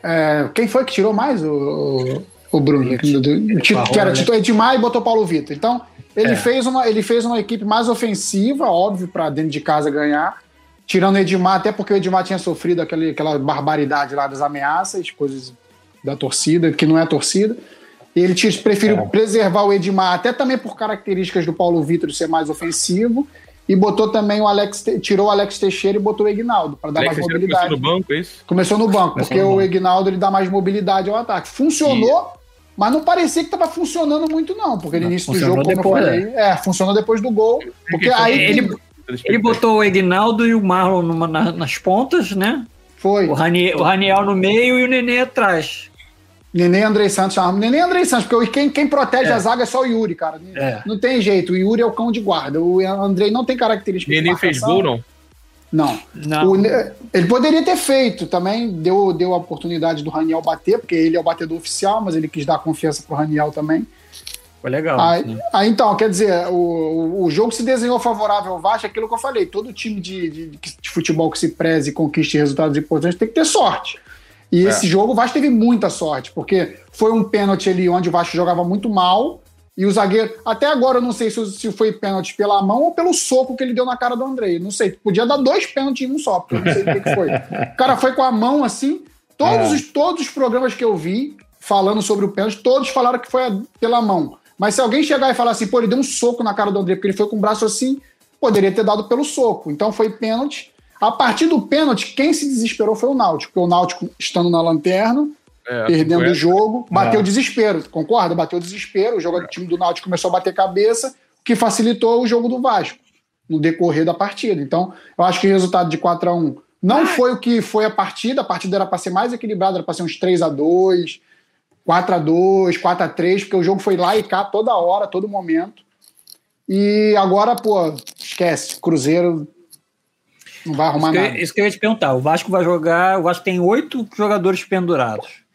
D: é, quem foi que tirou mais? O, o, o Bruno.
A: Ele-
D: do- do-
A: ele
D: Tito,
A: barrou,
D: que era
A: né?
D: Tito Edmar e botou o Paulo Vitor. Então, ele,
A: É.
D: fez uma, ele fez uma equipe mais ofensiva, óbvio, para dentro de casa ganhar. Tirando o Edmar, até porque o Edmar tinha sofrido aquele, aquela barbaridade lá das ameaças, coisas da torcida, que não é torcida. Ele te- preferiu preservar o Edmar, até também por características do Paulo Vitor de ser mais ofensivo. E botou também o Alex, Te- tirou o Alex Teixeira e botou o Ignaldo, para dar
B: Alex
D: mais
B: Teixeira começou
D: mobilidade.
B: no banco, é isso?
D: Começou no banco,
B: Começou
D: porque
B: no
D: o
B: banco.
D: Ignaldo ele dá mais mobilidade ao ataque. Funcionou, mas não parecia que estava funcionando muito, não, porque no
A: Não,
D: início do
A: funcionou
D: jogo, como
A: depois,
D: eu falei, é. funcionou depois do gol. Porque
B: Ele-
D: aí
A: ele- Ele botou o Egnaldo e o Marlon numa- na- nas pontas, né?
D: foi.
A: O, Rani, o Raniel no meio e o Nenê atrás.
D: Neném e Andrei Santos chamavam. Neném e Andrei Santos, porque quem, quem protege a zaga é só o Yuri, cara.
A: É.
D: Não tem jeito, o Yuri é o cão de guarda. O Andrei não tem característica
B: Nenê fez gol, não?
D: Não.
A: Não.
D: O Ne- ele poderia ter feito também, deu, deu a oportunidade do Raniel bater, porque ele é o batedor oficial, mas ele quis dar confiança pro Raniel também.
A: Foi legal.
D: Ah,
A: né?
D: ah, então, quer dizer, o, o, o jogo se desenhou favorável ao Vasco, é aquilo que eu falei. Todo time de, de, de futebol que se preze e conquiste resultados importantes tem que ter sorte. E
B: É.
D: esse jogo o Vasco teve muita sorte, porque foi um pênalti ali onde o Vasco jogava muito mal. E o zagueiro, até agora eu não sei se, se foi pênalti pela mão ou pelo soco que ele deu na cara do Andrei. Não sei, podia dar dois pênaltis em um só, porque eu não sei o que, que foi. O cara foi com a mão assim. Todos,
C: É.
D: os, todos os programas que eu vi falando sobre o pênalti, todos falaram que foi a- pela mão. Mas se alguém chegar e falar assim, pô, ele deu um soco na cara do André, porque ele foi com o braço assim, poderia ter dado pelo soco. Então foi pênalti. A partir do pênalti, quem se desesperou foi o Náutico, porque o Náutico, estando na lanterna,
B: É,
D: perdendo
B: foi-
D: o jogo, bateu
C: É.
D: desespero, concorda? Bateu desespero, o jogo do time do Náutico começou a bater cabeça, o que facilitou o jogo do Vasco no decorrer da partida. Então, eu acho que o resultado de 4 a 1 não foi o que foi a partida, a partida era para ser mais equilibrada, era para ser uns 3 a 2, 4 a 2, 4 a 3, porque o jogo foi lá e cá toda hora, todo momento. E agora, pô, esquece, Cruzeiro não vai
A: Isso
D: arrumar
A: que, eu-
D: nada.
A: isso que eu ia te perguntar. O Vasco vai jogar. O Vasco tem oito jogadores pendurados.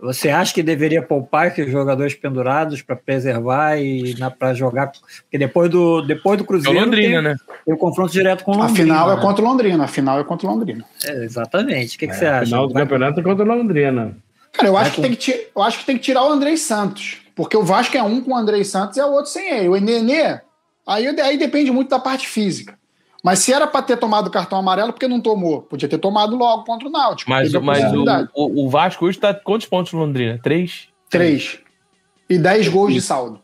A: Você acha que deveria poupar esses jogadores pendurados para preservar e para jogar? Porque depois do, depois do
B: É o
A: Cruzeiro.
B: Londrina,
A: tem,
B: né?
A: tem o confronto direto com o
D: A
A: Londrina.
D: final é
A: né?
D: contra o Londrina, a final é contra o Londrina.
A: É, exatamente. O que, que você
C: É,
A: acha?
C: final do
A: Vai-
C: campeonato é contra o Londrina.
D: Cara, eu
B: Né,
A: Vai
D: acho, que
A: com-
D: tem que ti- eu acho que tem que tirar o Andrei Santos. Porque o Vasco é um com o Andrei Santos e é o outro sem ele. O Nenê, aí, aí depende muito da parte física. Mas se era para ter tomado o cartão amarelo, por que não tomou? Podia ter tomado logo contra o Náutico.
B: Mas,
D: Teve a
B: mas o,
D: possibilidade.
B: o, o Vasco hoje tá quantos pontos no Londrina? Três?
D: Três. E dez gols de saldo.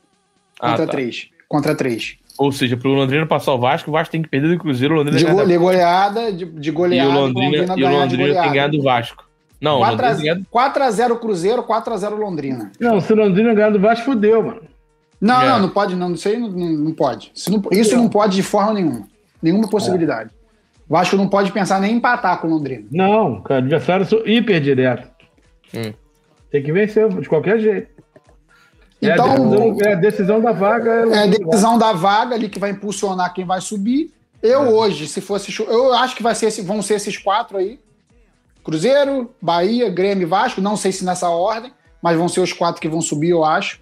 B: Ah,
D: Contra
B: tá.
D: três. Contra três.
B: Ou seja, pro Londrina passar o Vasco, o Vasco tem que perder do Cruzeiro, o Londrina
D: De,
B: ganha da-
D: go- de goleada, de, de
B: E o
D: goleada,
B: Londrina, e o
D: ganhar de
B: Londrina tem
D: goleada.
B: ganhado do Vasco. Não, o
D: 4
B: Londrina tem
D: a-
B: ganhado.
D: 4 a 0 Cruzeiro, 4 a 0 Londrina.
C: Não, se o Londrina ganhar do Vasco, fudeu, mano.
D: Não,
B: É.
D: não, não pode, não, isso aí não, não- não pode. Isso não, isso não pode de forma nenhuma. Nenhuma possibilidade. Vasco não pode pensar nem em empatar com o Londrina.
C: Não, cara, adversário sou hiper direto.
B: Hum.
C: Tem que vencer de qualquer jeito. É, a
D: Então,
C: decisão, é a decisão da vaga. É,
D: é a decisão da vaga ali que vai impulsionar quem vai subir. Eu hoje, se fosse. chu- Eu acho que vai ser, esse- vão ser esses quatro aí: Cruzeiro, Bahia, Grêmio e Vasco. Não sei se nessa ordem, mas vão ser os quatro que vão subir, eu acho.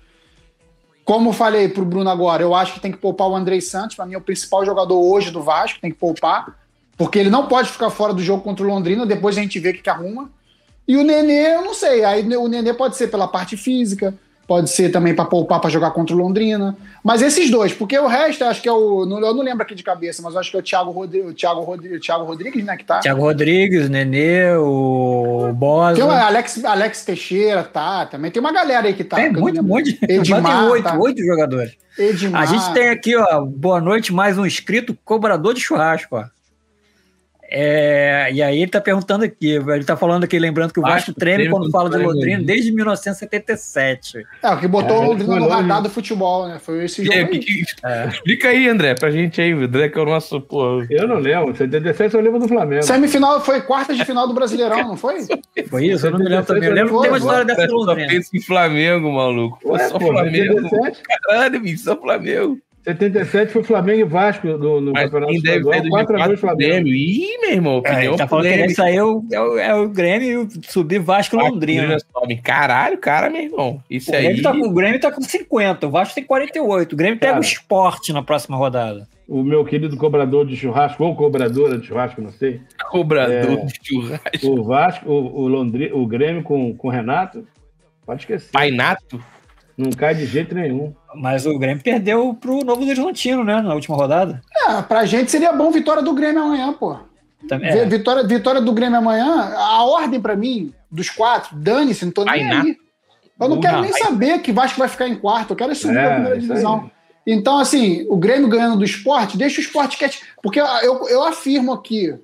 D: Como eu falei pro Bruno agora, eu acho que tem que poupar o Andrei Santos. Para mim, é o principal jogador hoje do Vasco, tem que poupar. Porque ele não pode ficar fora do jogo contra o Londrina, depois a gente vê o que, que arruma. E o Nenê, eu não sei. Aí o Nenê pode ser pela parte física, pode ser também para poupar para jogar contra o Londrina. Mas esses dois, porque o resto, eu acho que é o. não- Eu não lembro aqui de cabeça, mas eu acho que é o Thiago, Rodri, o Thiago, Rodri, o Thiago Rodrigues, né? Que tá.
A: Thiago Rodrigues, Nenê, o Bosa.
D: Tem o Alex, Alex Teixeira, tá. Também tem uma galera aí que tá.
A: Tem
D: que eu
A: muito,
D: não
A: um
D: lembro.
A: monte de
D: Edmar,
A: Mas tem oito,
D: tá.
A: oito jogadores.
D: Edmar.
A: A gente tem aqui, ó, boa noite, mais um inscrito cobrador de churrasco, ó. É, e aí ele tá perguntando aqui, ele tá falando aqui, lembrando que o Vasco,
B: Vasco
A: treme,
B: treme
A: quando
B: quando
A: fala de
B: fala em
A: Londrina
B: Londrina.
A: desde 1977.
D: É, o que
C: É,
D: botou o Londrina
C: foi
D: no
C: longe.
D: radar do futebol, né? Foi esse
B: E
D: jogo.
B: aí, que-
D: aí.
B: que- *laughs* Explica aí, André, pra gente aí, o André, que é o nosso. Pô,
C: Eu não lembro. 77 eu lembro do Flamengo.
D: Semifinal foi quartas de final do Brasileirão, não foi?
A: Foi isso? Eu não me lembro também. Eu lembro que tem uma história dessa do
B: só
A: Londrina.
B: pensa em Flamengo, maluco. Pô,
C: Ué,
B: só
C: pô,
B: Flamengo.
C: 77,
B: Caralho, bicho, só Flamengo.
C: 77 foi Flamengo e Vasco no, no
B: Mas
C: Campeonato
B: quem deve
C: Estadual.
B: ter do
C: 4 a 2
B: G4 é o
C: Flamengo.
B: Grêmio. Ih, meu irmão,
A: É,
B: opinião
A: ele tá falando que
B: polêmica.
A: isso aí é o, é o, é o Grêmio e subir Vasco e
B: Vasco,
A: Londrina.
B: sobe. Caralho, cara, meu irmão. Isso
A: O
B: aí.
A: Grêmio, tá com, o Grêmio tá com 50, o Vasco tem 48. O Grêmio pega
C: Cara.
A: o esporte na próxima rodada.
C: O meu querido cobrador de churrasco, ou cobradora de churrasco, não sei.
B: *laughs* Cobrador de churrasco.
C: O Vasco, o, o, Londri, o Grêmio com, com o Renato, pode esquecer.
B: Painato?
C: Não cai de jeito nenhum.
A: Mas o Grêmio perdeu pro Novo Horizontino, né? Na última rodada.
D: Ah, É, pra gente seria bom vitória do Grêmio amanhã, pô.
A: Também,
D: Vê-
A: é,
D: Vitória, vitória do Grêmio amanhã, a ordem pra mim, dos quatro, dane-se, não tô nem
B: Vai, né?
D: aí. Eu não quero
B: Não,
D: nem
B: vai.
D: saber que Vasco vai ficar em quarto, eu quero é subir pra primeira
C: isso
D: divisão.
C: aí.
D: Então, assim, o Grêmio ganhando do esporte, deixa o esporte quieto. Porque eu, eu afirmo aqui,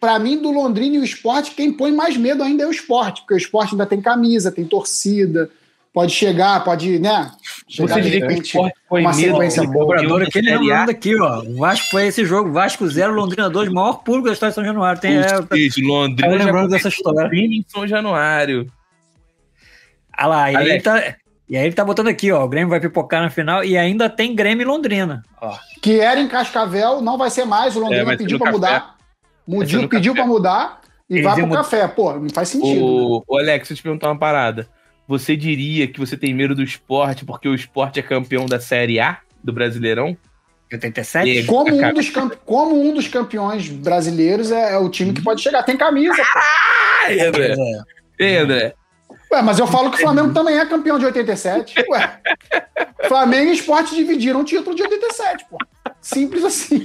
D: pra mim, do Londrina e o esporte, quem põe mais medo ainda é o esporte, porque o esporte ainda tem camisa, tem torcida, pode chegar, pode, né? Chegar
B: Você
D: de
B: diria que o
D: repente.
B: esporte foi
D: Tipo, uma
B: medo
D: sequência
B: do
D: boa.
A: Cobrador
B: Rio
A: aqui ele
B: na Série A?
A: lembrando aqui, ó. O Vasco foi esse jogo, Vasco 0, Londrina 2, maior público da história de São Januário. Tem, é, eu
B: Isso, Londrina
A: tava
B: já
A: lembrando dessa história.
B: Londrina tá em São Januário.
A: Ah lá, e aí,
B: Alex.
A: ele tá, e aí ele tá botando aqui, ó. O Grêmio vai pipocar na final e ainda tem Grêmio e Londrina. Ó.
D: que era em Cascavel, não vai ser mais. O
B: É,
D: Londrina
B: vai ser
D: pediu
B: no
D: pra
B: café.
D: mudar.
B: Vai ser
D: Mudil,
B: no
D: pediu
B: café.
D: pra mudar e
B: Eles
D: vai
B: iam
D: pro
B: mudar.
D: café. Pô, não faz sentido. né?
B: Ô, ô, Alex, deixa eu te perguntar uma parada. Você diria que você tem medo do esporte porque o esporte é campeão da Série A do Brasileirão?
A: 87?
B: E aí?
D: Como um,
B: É, Cara.
D: dos campe- como um dos campeões brasileiros é, é o time
B: Uhum.
D: que pode chegar. Tem camisa.
B: Ai,
A: É,
B: André. Ei, André.
D: Ué, mas eu falo que o Flamengo também é campeão
B: *laughs*
D: de 87. Ué, Flamengo e esporte dividiram o título de 87, pô. Simples assim.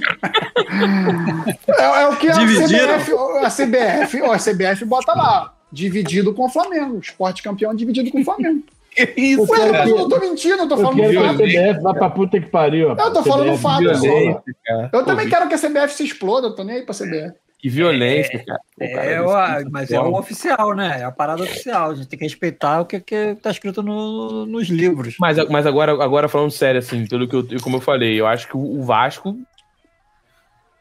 D: É, é o que a
A: Dividiram?
D: CBF, a CBF, ó, a CBF bota lá. Dividido com o Flamengo. Esporte campeão dividido com o Flamengo.
B: Que isso,
D: Ué, eu
B: cara?
D: não tô- eu tô mentindo, eu tô
C: Eu
D: falando
C: quero que a
D: fato.
C: CBF vá pra puta que pariu.
D: Eu tô falando
C: CBF,
D: fato,
C: violência.
B: cara.
D: Eu também
B: Pô,
D: quero que a CBF se exploda, eu tô nem aí pra CBF.
B: Que violência, cara. Pô, cara,
A: É,
B: isso-
A: ó, mas é
B: bom.
A: o oficial, né? É a parada oficial. A gente tem que respeitar o que, que tá escrito no- nos livros.
B: Mas, mas agora, agora falando sério, assim, pelo que eu, como eu falei, eu acho que o Vasco,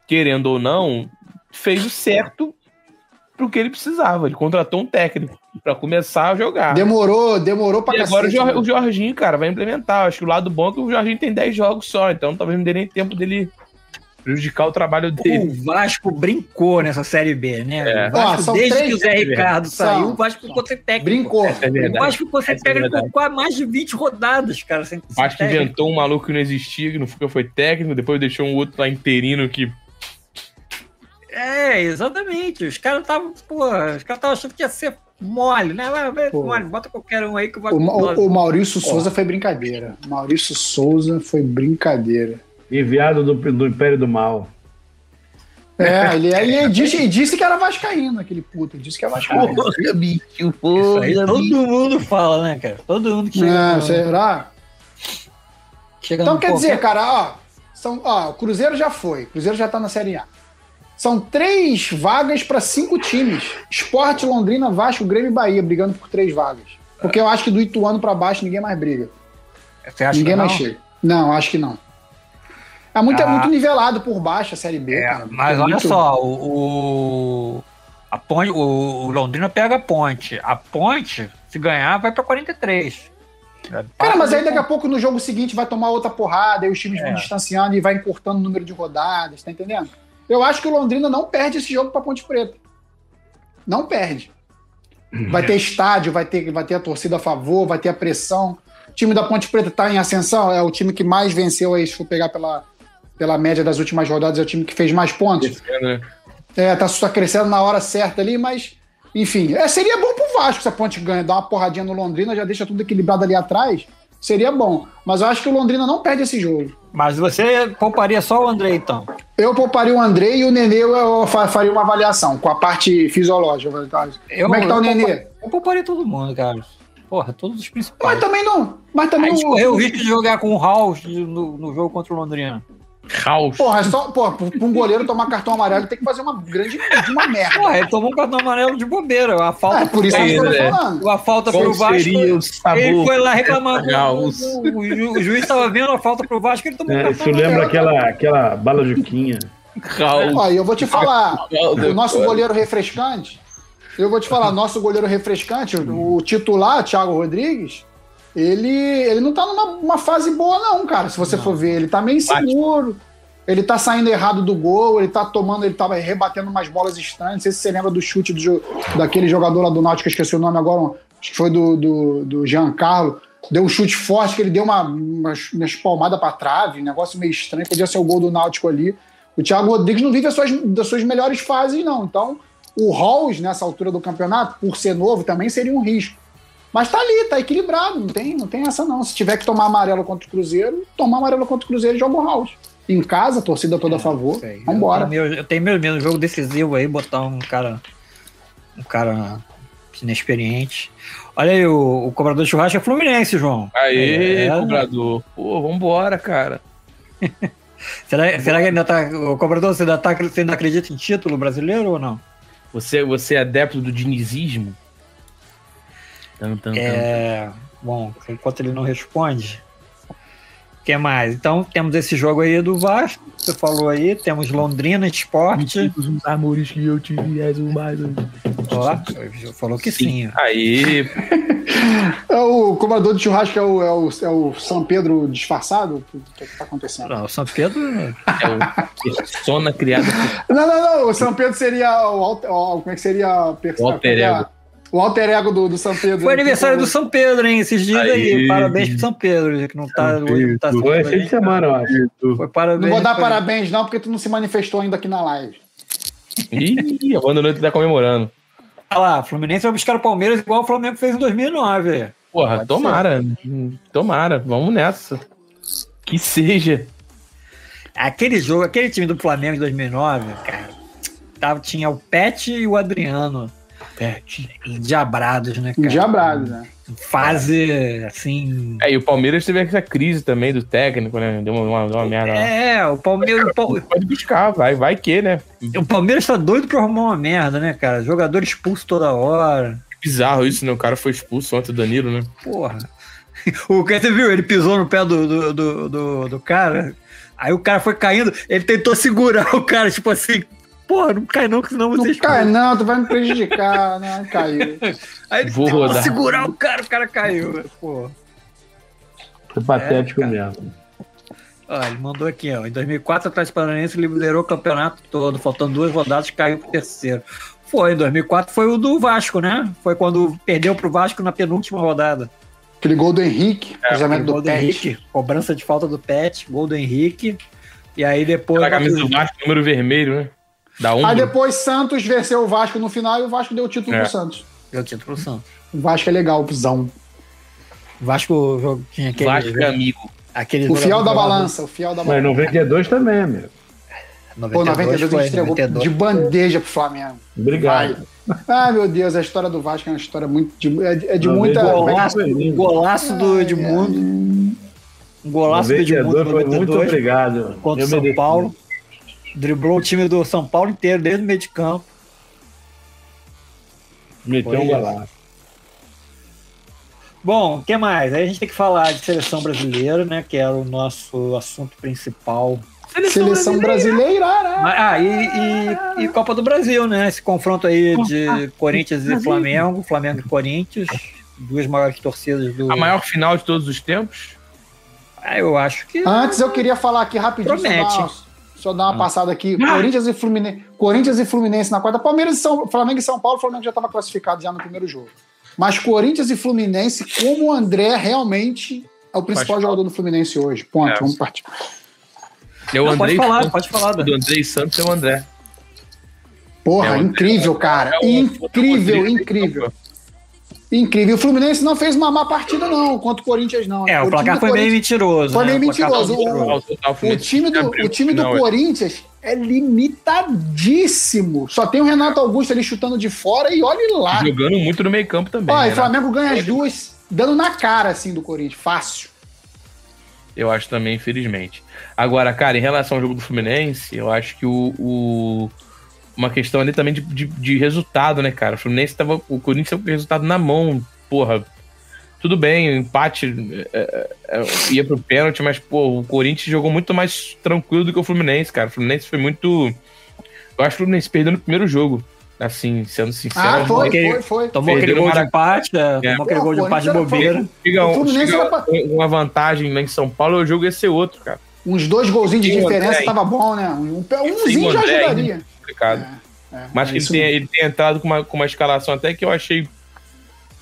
B: querendo ou não, fez o certo pro que ele precisava. Ele contratou um técnico pra começar a jogar.
D: Demorou, demorou pra
B: Ah. E agora o,
D: cacete,
B: Jor-
D: né?
B: o Jorginho, cara, vai implementar. Eu Acho que o lado bom é que o Jorginho tem 10 jogos só, então talvez não dê nem tempo dele prejudicar o trabalho dele.
A: O Vasco brincou nessa Série B, né?
B: É.
A: O
D: Ó,
A: Vasco,
D: são
A: desde
D: três-
A: que o Zé Ricardo
D: São-
A: saiu, o Vasco ficou sem técnico.
D: Brincou.
B: é
A: O Vasco ficou sem
B: Essa é
A: técnico
B: verdade.
A: quase mais de 20 rodadas, cara. assim, Sem,
B: O Vasco
A: sem técnico.
B: inventou um maluco que não existia, que nunca foi técnico, depois deixou um outro lá interino que.
A: É, exatamente. Os caras estavam, porra, os caras estavam achando que ia ser mole, né? Vai, vai,
D: Pô.
A: mole, bota qualquer um aí que o
B: é,
A: Vasco.
D: O, Ma- o- o Maurício
A: Porra.
D: Souza foi brincadeira. Maurício Souza foi brincadeira.
C: Enviado do, do Império do Mal.
D: É, ele,
B: *laughs*
D: ele disse, ele disse que era Vascaíno, aquele puto. Ele disse que é
B: Ah,
D: Vascaíno.
B: bicho,
A: Isso aí todo mundo fala, né, cara? Todo mundo que chega.
D: Não,
A: no-
D: será?
A: chega
D: Então
A: no
D: quer
A: qualquer-
D: dizer, cara, ó, são, ó, o Cruzeiro já foi, o Cruzeiro já tá na Série A. São três vagas pra cinco times: Esporte, Londrina, Vasco, Grêmio e Bahia, brigando por três vagas. Porque eu acho que do Ituano pra baixo ninguém mais briga.
A: Você acha
D: Ninguém
A: que não?
D: mais chega. Não, acho que não. É muito, é
A: Ah.
D: muito nivelado por baixo a Série B,
A: É,
D: cara.
A: mas
D: É
A: olha
D: muito-
A: só, o, o- a ponte, o, o Londrina pega a ponte. A ponte, se ganhar, vai pra 43.
D: Cara, mas aí daqui a pouco no jogo seguinte vai tomar outra porrada, aí os times vão distanciando e vai encurtando o número de rodadas, tá entendendo? Eu acho que o Londrina não perde esse jogo pra Ponte Preta. Não perde. Vai ter estádio, vai ter, vai ter a torcida a favor, vai ter a pressão. O time da Ponte Preta tá em ascensão, é o time que mais venceu aí, se for pegar pela, pela média das últimas rodadas, é o time que fez mais pontos.
B: né?
D: É, tá só crescendo na hora certa ali, mas. Enfim, é, seria bom pro Vasco se a ponte ganha, dá uma porradinha no Londrina, já deixa tudo equilibrado ali atrás. Seria bom. Mas eu acho que o Londrina não perde esse jogo.
A: Mas você pouparia só o André, então.
D: Eu pouparia o André e o Nenê eu, eu fa- faria uma avaliação com a parte fisiológica. tá?
A: Eu-
D: Como é que tá
A: eu
D: o Nenê?
A: poupa- Eu pouparia todo mundo, cara. Porra, todos os
D: Mas tá
A: principais.
D: também não. Mas também
A: Aí
D: não.
A: escorreu o risco de jogar com o Hall no, no jogo contra o Londrina.
B: Raus.
D: Porra, é só, porra, pra um goleiro tomar cartão amarelo tem que fazer uma grande de uma merda.
A: Porra, ele tomou um cartão amarelo de bobeira. A falta
D: É, por isso que eu tô
B: Aí, né?
D: falando.
A: A falta pro
B: Qual
A: Vasco.
B: seria o
A: né?
B: É,
A: Ele
B: sabor?
A: foi lá reclamar. O,
B: Caos.
A: o, ju- o juiz estava vendo a falta pro Vasco, ele tomou um
D: Tá
C: É,
A: cartão
C: isso lembra
A: amarelo.
C: aquela, aquela bala juquinha.
B: Raus.
D: Ó, e eu vou te falar, o nosso goleiro refrescante, eu vou te falar, nosso goleiro refrescante, o, o titular, Thiago Rodrigues, ele, ele não tá numa uma fase boa, não, cara. Se você for ver, ele tá meio inseguro. Ele tá saindo errado do gol, ele tá tomando, ele tava rebatendo umas bolas estranhas. Não sei se você lembra do chute do jo- daquele jogador lá do Náutico, que eu esqueci o nome agora, um- acho que foi do, do, do Giancarlo. Deu um chute forte, que ele deu uma, uma, uma espalmada pra trave, um negócio meio estranho, podia ser o gol do Náutico ali. O Thiago Rodrigues não vive as suas, das suas melhores fases, não. Então, o Halls, nessa altura do campeonato, por ser novo, também seria um risco. Mas tá ali, tá equilibrado, não tem, não tem essa não. Se tiver que tomar amarelo contra o Cruzeiro, tomar amarelo contra o Cruzeiro e joga o Halls. Em casa, a torcida
A: É,
D: toda a favor.
A: Sei. Eu
D: Vambora.
A: tenho meu- Eu tenho meus medo, jogo decisivo aí, botar um cara. Um cara inexperiente. Olha aí, o, o cobrador de churrasco é Fluminense, João.
B: Aê,
A: É,
B: cobrador. Pô, vambora, cara.
A: Será, será que ainda tá. O cobrador, você ainda, tá, você ainda acredita em título brasileiro ou não?
B: Você, você é adepto do dinizismo? Tan, tan, tan.
A: É. Bom, enquanto ele não responde. O que mais? Então temos esse jogo aí do Vasco, você falou aí, temos Londrina Esporte.
B: Os amores que eu tive é um és o mais.
A: Ó, falou que sim. ó.
B: Aí,
D: É o cobrador de churrasco é o, é o, é o São Pedro disfarçado? O que, o que tá acontecendo?
A: Não, o São Pedro.
B: é o persona criada por
D: Não, não, não. O São Pedro seria o. alt- o- como é que seria a perso-
B: O alter
D: a-
B: ego.
D: é? O alter ego do, do São Pedro.
A: Foi aniversário do São Pedro, hein? Esses dias aí.
B: Aí.
A: Parabéns pro São Pedro, que não tá. Hoje não tá
C: Foi esse fim de semana, eu acho.
A: Foi parabéns.
D: Não vou dar
A: foi-
D: parabéns, não, porque tu não se manifestou ainda aqui na live.
B: Ih, a banda noite tá comemorando.
A: Olha lá, Fluminense vai buscar o Palmeiras igual o Flamengo fez em 2009.
B: Porra,
A: Pode
B: tomara. Hum, Tomara, vamos nessa. Que seja.
A: Aquele jogo, aquele time do Flamengo de 2009, cara, tava, tinha o Pet e o Adriano. Pet. Endiabrados, né, cara?
D: Diabrado, né?
A: Fase, assim.
B: É, e o Palmeiras teve essa crise também do técnico, né? Deu uma, uma- deu uma merda. lá.
A: É, o Palmeiras. o Pal-
B: Pode buscar, vai, vai que, né?
A: O Palmeiras tá doido pra arrumar uma merda, né, cara? Jogador expulso toda hora.
B: Bizarro isso, né? O cara foi expulso ontem, o Danilo, né?
A: Porra. *laughs* O que você viu? Ele pisou no pé do, do, do, do- do cara. Aí o cara foi caindo. Ele tentou segurar o cara, tipo assim. Porra, não cai não, que senão você
D: Não cai, não, tu vai me prejudicar, né? Caiu.
A: Aí ele
B: Vou
A: tentou
B: rodar.
A: segurar o cara, o cara caiu. né? Porra.
C: Foi patético
A: É,
C: mesmo.
A: Ó, ele mandou aqui, ó. Em 2004, o Atlético Paranaense liderou o campeonato todo. Faltando duas rodadas, caiu pro terceiro. Foi, em 2004 foi o do Vasco, né? Foi quando perdeu pro Vasco na penúltima rodada.
D: Aquele gol do Henrique, cruzamento
A: gol
D: do
A: do
D: Pet.
A: Henrique, cobrança de falta do Pet, gol do Henrique. E aí depois.
B: Na camisa do Vasco, número vermelho, né? Da
D: Aí
B: onda.
D: Ah, depois Santos venceu o Vasco no final e o Vasco deu o título
B: É.
D: pro Santos.
A: Deu título pro Santos.
D: O Vasco é legal, pisão.
A: Vasco jo- tinha aquele.
D: né?
B: Vasco é amigo.
A: aquele
D: O fiel
A: jogador
D: da
A: jogava-
D: balança, o fiel da balança.
C: Mas 92 também, amigo.
D: Pô,
A: 92
D: 92 a gente
A: foi,
D: entregou
A: 92.
D: de bandeja pro Flamengo.
C: Obrigado.
D: Ah, meu Deus, a história do Vasco é uma história muito de, é, é de
C: Não,
D: muita.
C: veio
D: como é que-
A: Golaço, um golaço do Edmundo. Um golaço do Edmundo.
C: 92 foi muito
A: 92.
C: obrigado.
A: contra o
C: Eu
A: São
C: mereci.
A: Paulo. Driblou o time do São Paulo inteiro, desde o meio de campo.
C: Meteu um
A: Foi.
C: golaço.
A: Bom, o que mais? Aí a gente tem que falar de seleção brasileira, né? Que era o nosso assunto principal.
D: Seleção brasileira, né?
A: Mas- Ah, e, e- e Copa do Brasil, né? Esse confronto aí de Corinthians e Flamengo, Flamengo e Corinthians, duas maiores torcidas do.
B: A maior final de todos os tempos.
A: Ah, eu acho que.
D: Antes eu queria falar aqui rapidinho, só
A: Promete.
D: dar, uma- só dar
B: Ah.
D: uma passada aqui. Corinthians e Fluminense, Corinthians e Fluminense na quarta. Palmeiras e São, Flamengo e São Paulo, o Flamengo já estava classificado já no primeiro jogo. Mas Corinthians e Fluminense, como o André realmente é o principal
B: Faz
D: jogador do Fluminense hoje. Ponto,
B: É.
D: vamos partir.
B: É o
A: Não, pode
B: Andrei
A: falar,
B: Santos,
A: pode falar. Dan.
B: do Andrei Santos é o André.
D: Porra,
B: É, o André-
D: incrível, cara.
B: É o-
D: incrível,
B: Rodrigo.
D: incrível. Incrível. O Fluminense não fez uma má partida, não, contra o Corinthians, não.
A: É, o
D: time
A: placar
D: do
A: foi meio
D: Corinthians-
A: mentiroso.
D: Foi
A: né?
D: meio
A: O placar
D: mentiroso.
A: foi
D: O-
B: Total, total,
D: O
B: Fluminense
D: time do,
B: abriu
D: o time do
B: final, é.
D: Corinthians é limitadíssimo. Só tem o Renato Augusto ali chutando de fora e olhe lá.
B: é. Jogando muito no meio campo também.
D: Ó, e
B: né?
D: o Flamengo ganha as duas, dando na cara, assim, do Corinthians. Fácil.
B: Eu acho também, infelizmente. Agora, cara, em relação ao jogo do Fluminense, eu acho que o. o- uma questão ali também de, de- de resultado, né, cara? O Fluminense tava. O Corinthians tava com o resultado na mão, porra. Tudo bem, o empate é, é, é, ia pro pênalti, mas, pô, o Corinthians jogou muito mais tranquilo do que o Fluminense, cara. O Fluminense foi muito. Eu acho que o Fluminense perdeu no primeiro jogo. Assim, sendo sincero. é
D: Ah, foi,
A: que-
D: foi, foi.
A: Tomou aquele
B: Perderam
A: gol de
B: Maracanã.
A: empate, é,
B: É.
A: tomou aquele
D: Pô,
A: gol de
D: o
A: empate de
D: Corinthians era
A: bobeira.
B: Chega,
D: o
B: um,
D: Fluminense é
B: chega
D: era pra-
B: uma vantagem lá em São Paulo, o jogo ia ser outro, cara.
D: Uns dois golzinhos de
B: Sim,
D: diferença
B: André.
D: tava bom, né? Um,
B: Sim,
D: umzinho já
B: André,
D: ajudaria.
B: Complicado.
D: É, é,
B: Mas
D: é
B: que ele
D: isso
B: tem, ele tem entrado com uma, com uma escalação até que eu achei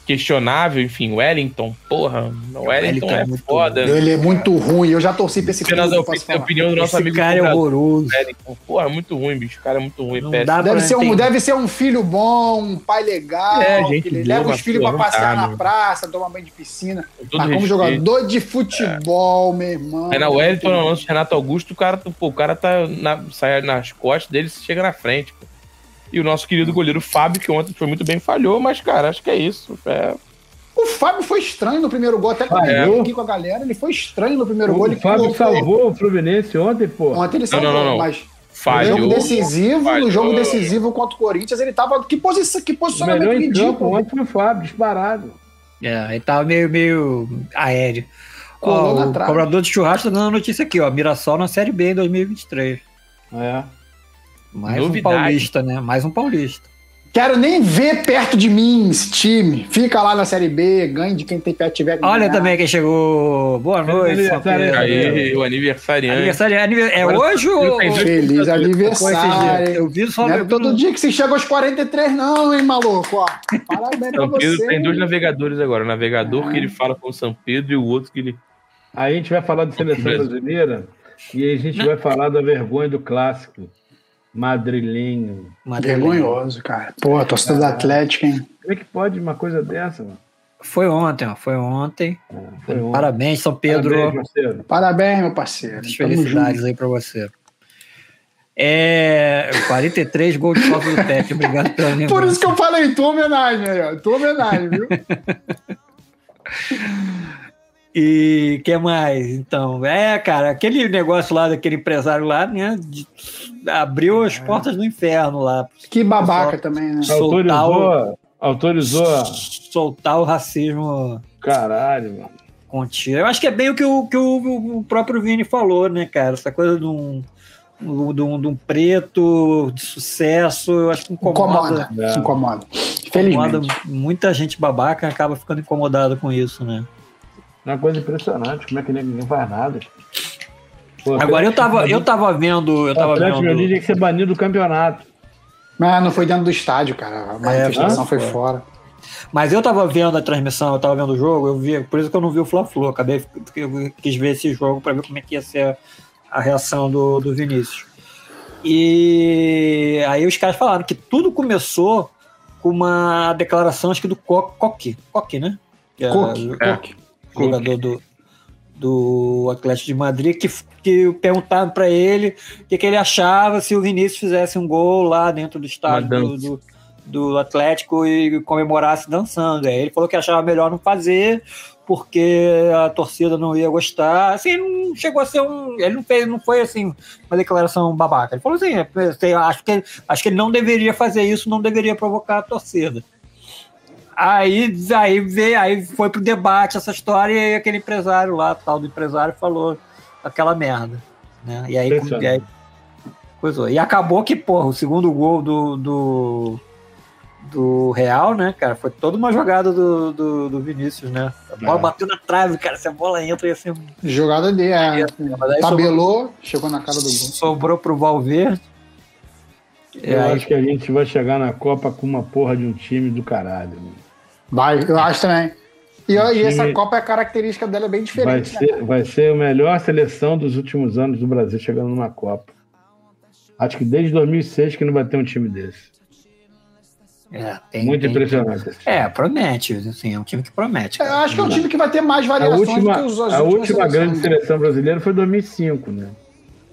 B: questionável, enfim, Wellington, porra, o Wellington,
A: Wellington é
B: é
A: muito
B: foda.
D: Ele é muito ruim, eu já torci pra esse
B: Apenas é a
D: clube, não
B: opi-
D: posso
B: a
D: falar.
B: opinião do nosso
A: Esse
B: amigo
A: cara é
B: Dourado,
A: horroroso.
B: Wellington. Porra, é muito ruim, bicho. O cara é muito ruim,
A: Não
B: péssimo.
A: dá pra
D: Deve ser, um,
A: entender.
D: deve ser um filho bom, um pai legal,
B: É,
D: que
B: gente
D: ele leva
B: boa,
D: os filhos pra
B: porra,
D: passear
B: tá,
D: na
B: meu.
D: praça, tomar banho de piscina.
B: Com todo
D: Mas tá como
B: respeito.
D: jogador de futebol, meu irmão.
B: Aí na Wellington, no lance do Renato Augusto, o cara, pô, o cara tá na, sai nas costas dele chega na frente. pô. E o nosso querido goleiro Fábio, que ontem foi muito bem, falhou, mas, cara, acho que é isso. É,
D: O Fábio foi estranho no primeiro gol, até
C: Ah, é?
D: comentei aqui com a galera, ele foi estranho no primeiro gol.
C: O
D: Ele
C: Fábio
D: colocou-
C: salvou o Fluminense ontem, pô.
D: Ontem ele salvou,
B: não, não.
D: mas no
B: falhou.
D: jogo decisivo,
B: falhou.
D: no jogo decisivo contra o Corinthians, ele tava. Que, posição, que
C: O melhor
D: posicionamento
C: em campo né?
D: ridículo.
C: ontem foi o Fábio, disparado.
A: É, ele tava meio, meio aéreo. Ó,
D: Colou na
A: o
D: trave.
A: cobrador de churrasco tá dando a notícia aqui, ó. Mirassol na Série B em 2023.
C: É.
A: Mais
B: Novidade.
A: um paulista, né? Mais um paulista.
D: Quero nem ver perto de mim esse time. Fica lá na Série B, ganhe de quem tem pé tiver. que
A: Olha
D: ganhar.
A: também quem chegou. Boa noite, São
C: aniversário
A: Pedro.
B: Aí, o aniversariante.
A: Aniversário, anive- é
B: Agora-
A: hoje ou...
B: Eu
A: ou
D: Feliz
A: foi esses dias?
D: aniversário.
A: Eu vi só...
D: Não
A: eu
D: é
A: vi
D: todo
A: no-
D: dia que se chega aos 43, não, hein, maluco? Ó, parabéns pra
B: São Pedro
D: você. Ah.
B: tem dois navegadores agora. O navegador que ele fala com o São Pedro e o outro que ele.
C: Aí a gente vai falar de seleção brasileira e aí a gente vai falar da vergonha do clássico madrilenho.
A: Madrid.
D: Vergonhoso, cara. Pô, a torcida do Atlético, hein?
C: Como é que pode uma coisa dessa, mano?
A: Foi ontem, ó. Foi ontem.
C: Foi ontem.
A: Parabéns, São Pedro.
C: Parabéns, parceiro.
D: Parabéns, meu parceiro.
A: Muitas
D: Tamo
A: felicidades aí pra você. É, 43 gols de falta do Pepe. Obrigado pela
D: junto. Por
A: lembrança.
D: isso que eu falei, tua homenagem aí, ó. Tua homenagem, viu?
A: E que mais? Então, é, cara, aquele negócio lá daquele empresário lá, né? de- abriu as portas do inferno lá.
D: *laughs* Que babaca também, né?
A: Soltar o,
C: Autorizou, autorizou.
A: soltar o racismo
C: Caralho, mano.
A: contínuo. Eu acho que é bem o que o, que o, o próprio Vini falou, né, cara? Essa coisa de um, de um, de um preto de sucesso, eu acho que incomoda.
D: Incomoda.
C: É.
D: Incomoda.
A: incomoda
D: Felizmente.
A: muita gente babaca acaba ficando incomodada com isso, né?
C: É uma coisa impressionante. Como é que ninguém faz nada? Pô,
A: Agora eu tava, eu tava vendo, eu
C: O
A: tava
C: Atlético
A: vendo.
C: Mineiro tinha que ser banido do campeonato.
D: Mas não foi dentro do estádio, cara. A manifestação
C: né?
D: foi fora.
A: Mas eu tava vendo a transmissão, eu tava vendo o jogo, eu vi, por isso que eu não vi o Fla-Flu, acabei eu quis ver esse jogo pra ver como é que ia ser a reação do, do Vinícius. E aí os caras falaram que tudo começou com uma declaração acho que do Co- Coque, Coque, né? Que era
D: Coque,
A: o
B: É.
A: jogador do do Atlético de Madrid que, que perguntaram pra ele o que, que ele achava se o Vinícius fizesse um gol lá dentro do estádio do,
B: Uma
A: do, do Atlético e comemorasse dançando. Aí ele falou que achava melhor não fazer porque a torcida não ia gostar. Assim, não chegou a ser um, ele não fez, não foi assim uma declaração babaca. Ele falou assim, é, sei lá, acho que ele- acho que ele não deveria fazer isso, não deveria provocar a torcida. Aí, aí, veio, aí foi pro debate essa história e aí aquele empresário lá, tal do empresário, falou aquela merda. Né? E aí,
C: Impressionante.
A: e aí coisou. E acabou que, porra, o segundo gol do, do, do Real, né, cara, foi toda uma jogada do, do, do Vinícius, né? A bola
C: É.
A: bateu na trave, cara, se a bola entra assim, ia ser...
D: Jogada de. É, tabelou, chegou na cara do gol.
A: Sobrou pro Valverde. E
C: eu
A: É, aí
C: acho que a gente vai chegar na Copa com uma porra de um time do caralho. mano.
D: Vai, eu acho também. E, ó, e
C: O
D: essa
C: time-
D: Copa, a característica dela é bem
C: Vai
D: diferente, né?
C: ser, vai ser a melhor seleção dos últimos anos do Brasil chegando numa Copa. Acho que desde 2006 que não vai ter um time desse.
A: É, tem,
C: Muito
A: tem-
C: impressionante. esse time.
A: É, promete, assim, é um time que promete.
D: Eu
A: cara.
D: acho que é um time que vai ter mais
C: a
D: variações
C: última,
D: que os as
C: a
D: últimas
C: última
D: seleções,
C: grande
D: né?
C: seleção brasileira foi 2005, né?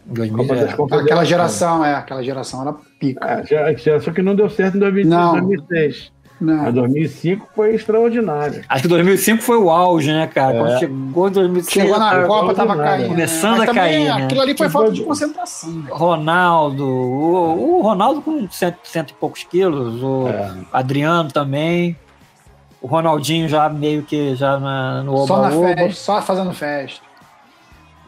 C: Copa
A: 2000,
C: das
A: é.
C: Confederações.
D: tá Aquela
C: né?
D: geração, é, aquela geração era pica.
C: Ah, já- já- só que não deu certo em 2005,
D: Não.
C: 2006.
D: Não.
C: Mas 2005 foi extraordinária.
A: Acho que 2005 foi o auge, né, cara? Quando chegou em 2005,
D: É. Chegou na
A: cara,
D: Copa,
C: falando
D: tava
C: nada.
D: caindo. né?
A: Começando
D: Mas
A: a
D: também
A: cair, né?
D: Aquilo ali foi
C: Que
D: falta
C: foi-
D: de concentração. né?
A: Ronaldo, o, o Ronaldo com cento, cento e poucos quilos, o
C: É.
A: Adriano também, o Ronaldinho já meio que já na, no
D: Só na
A: oba-oba,
D: festa, só fazendo festa.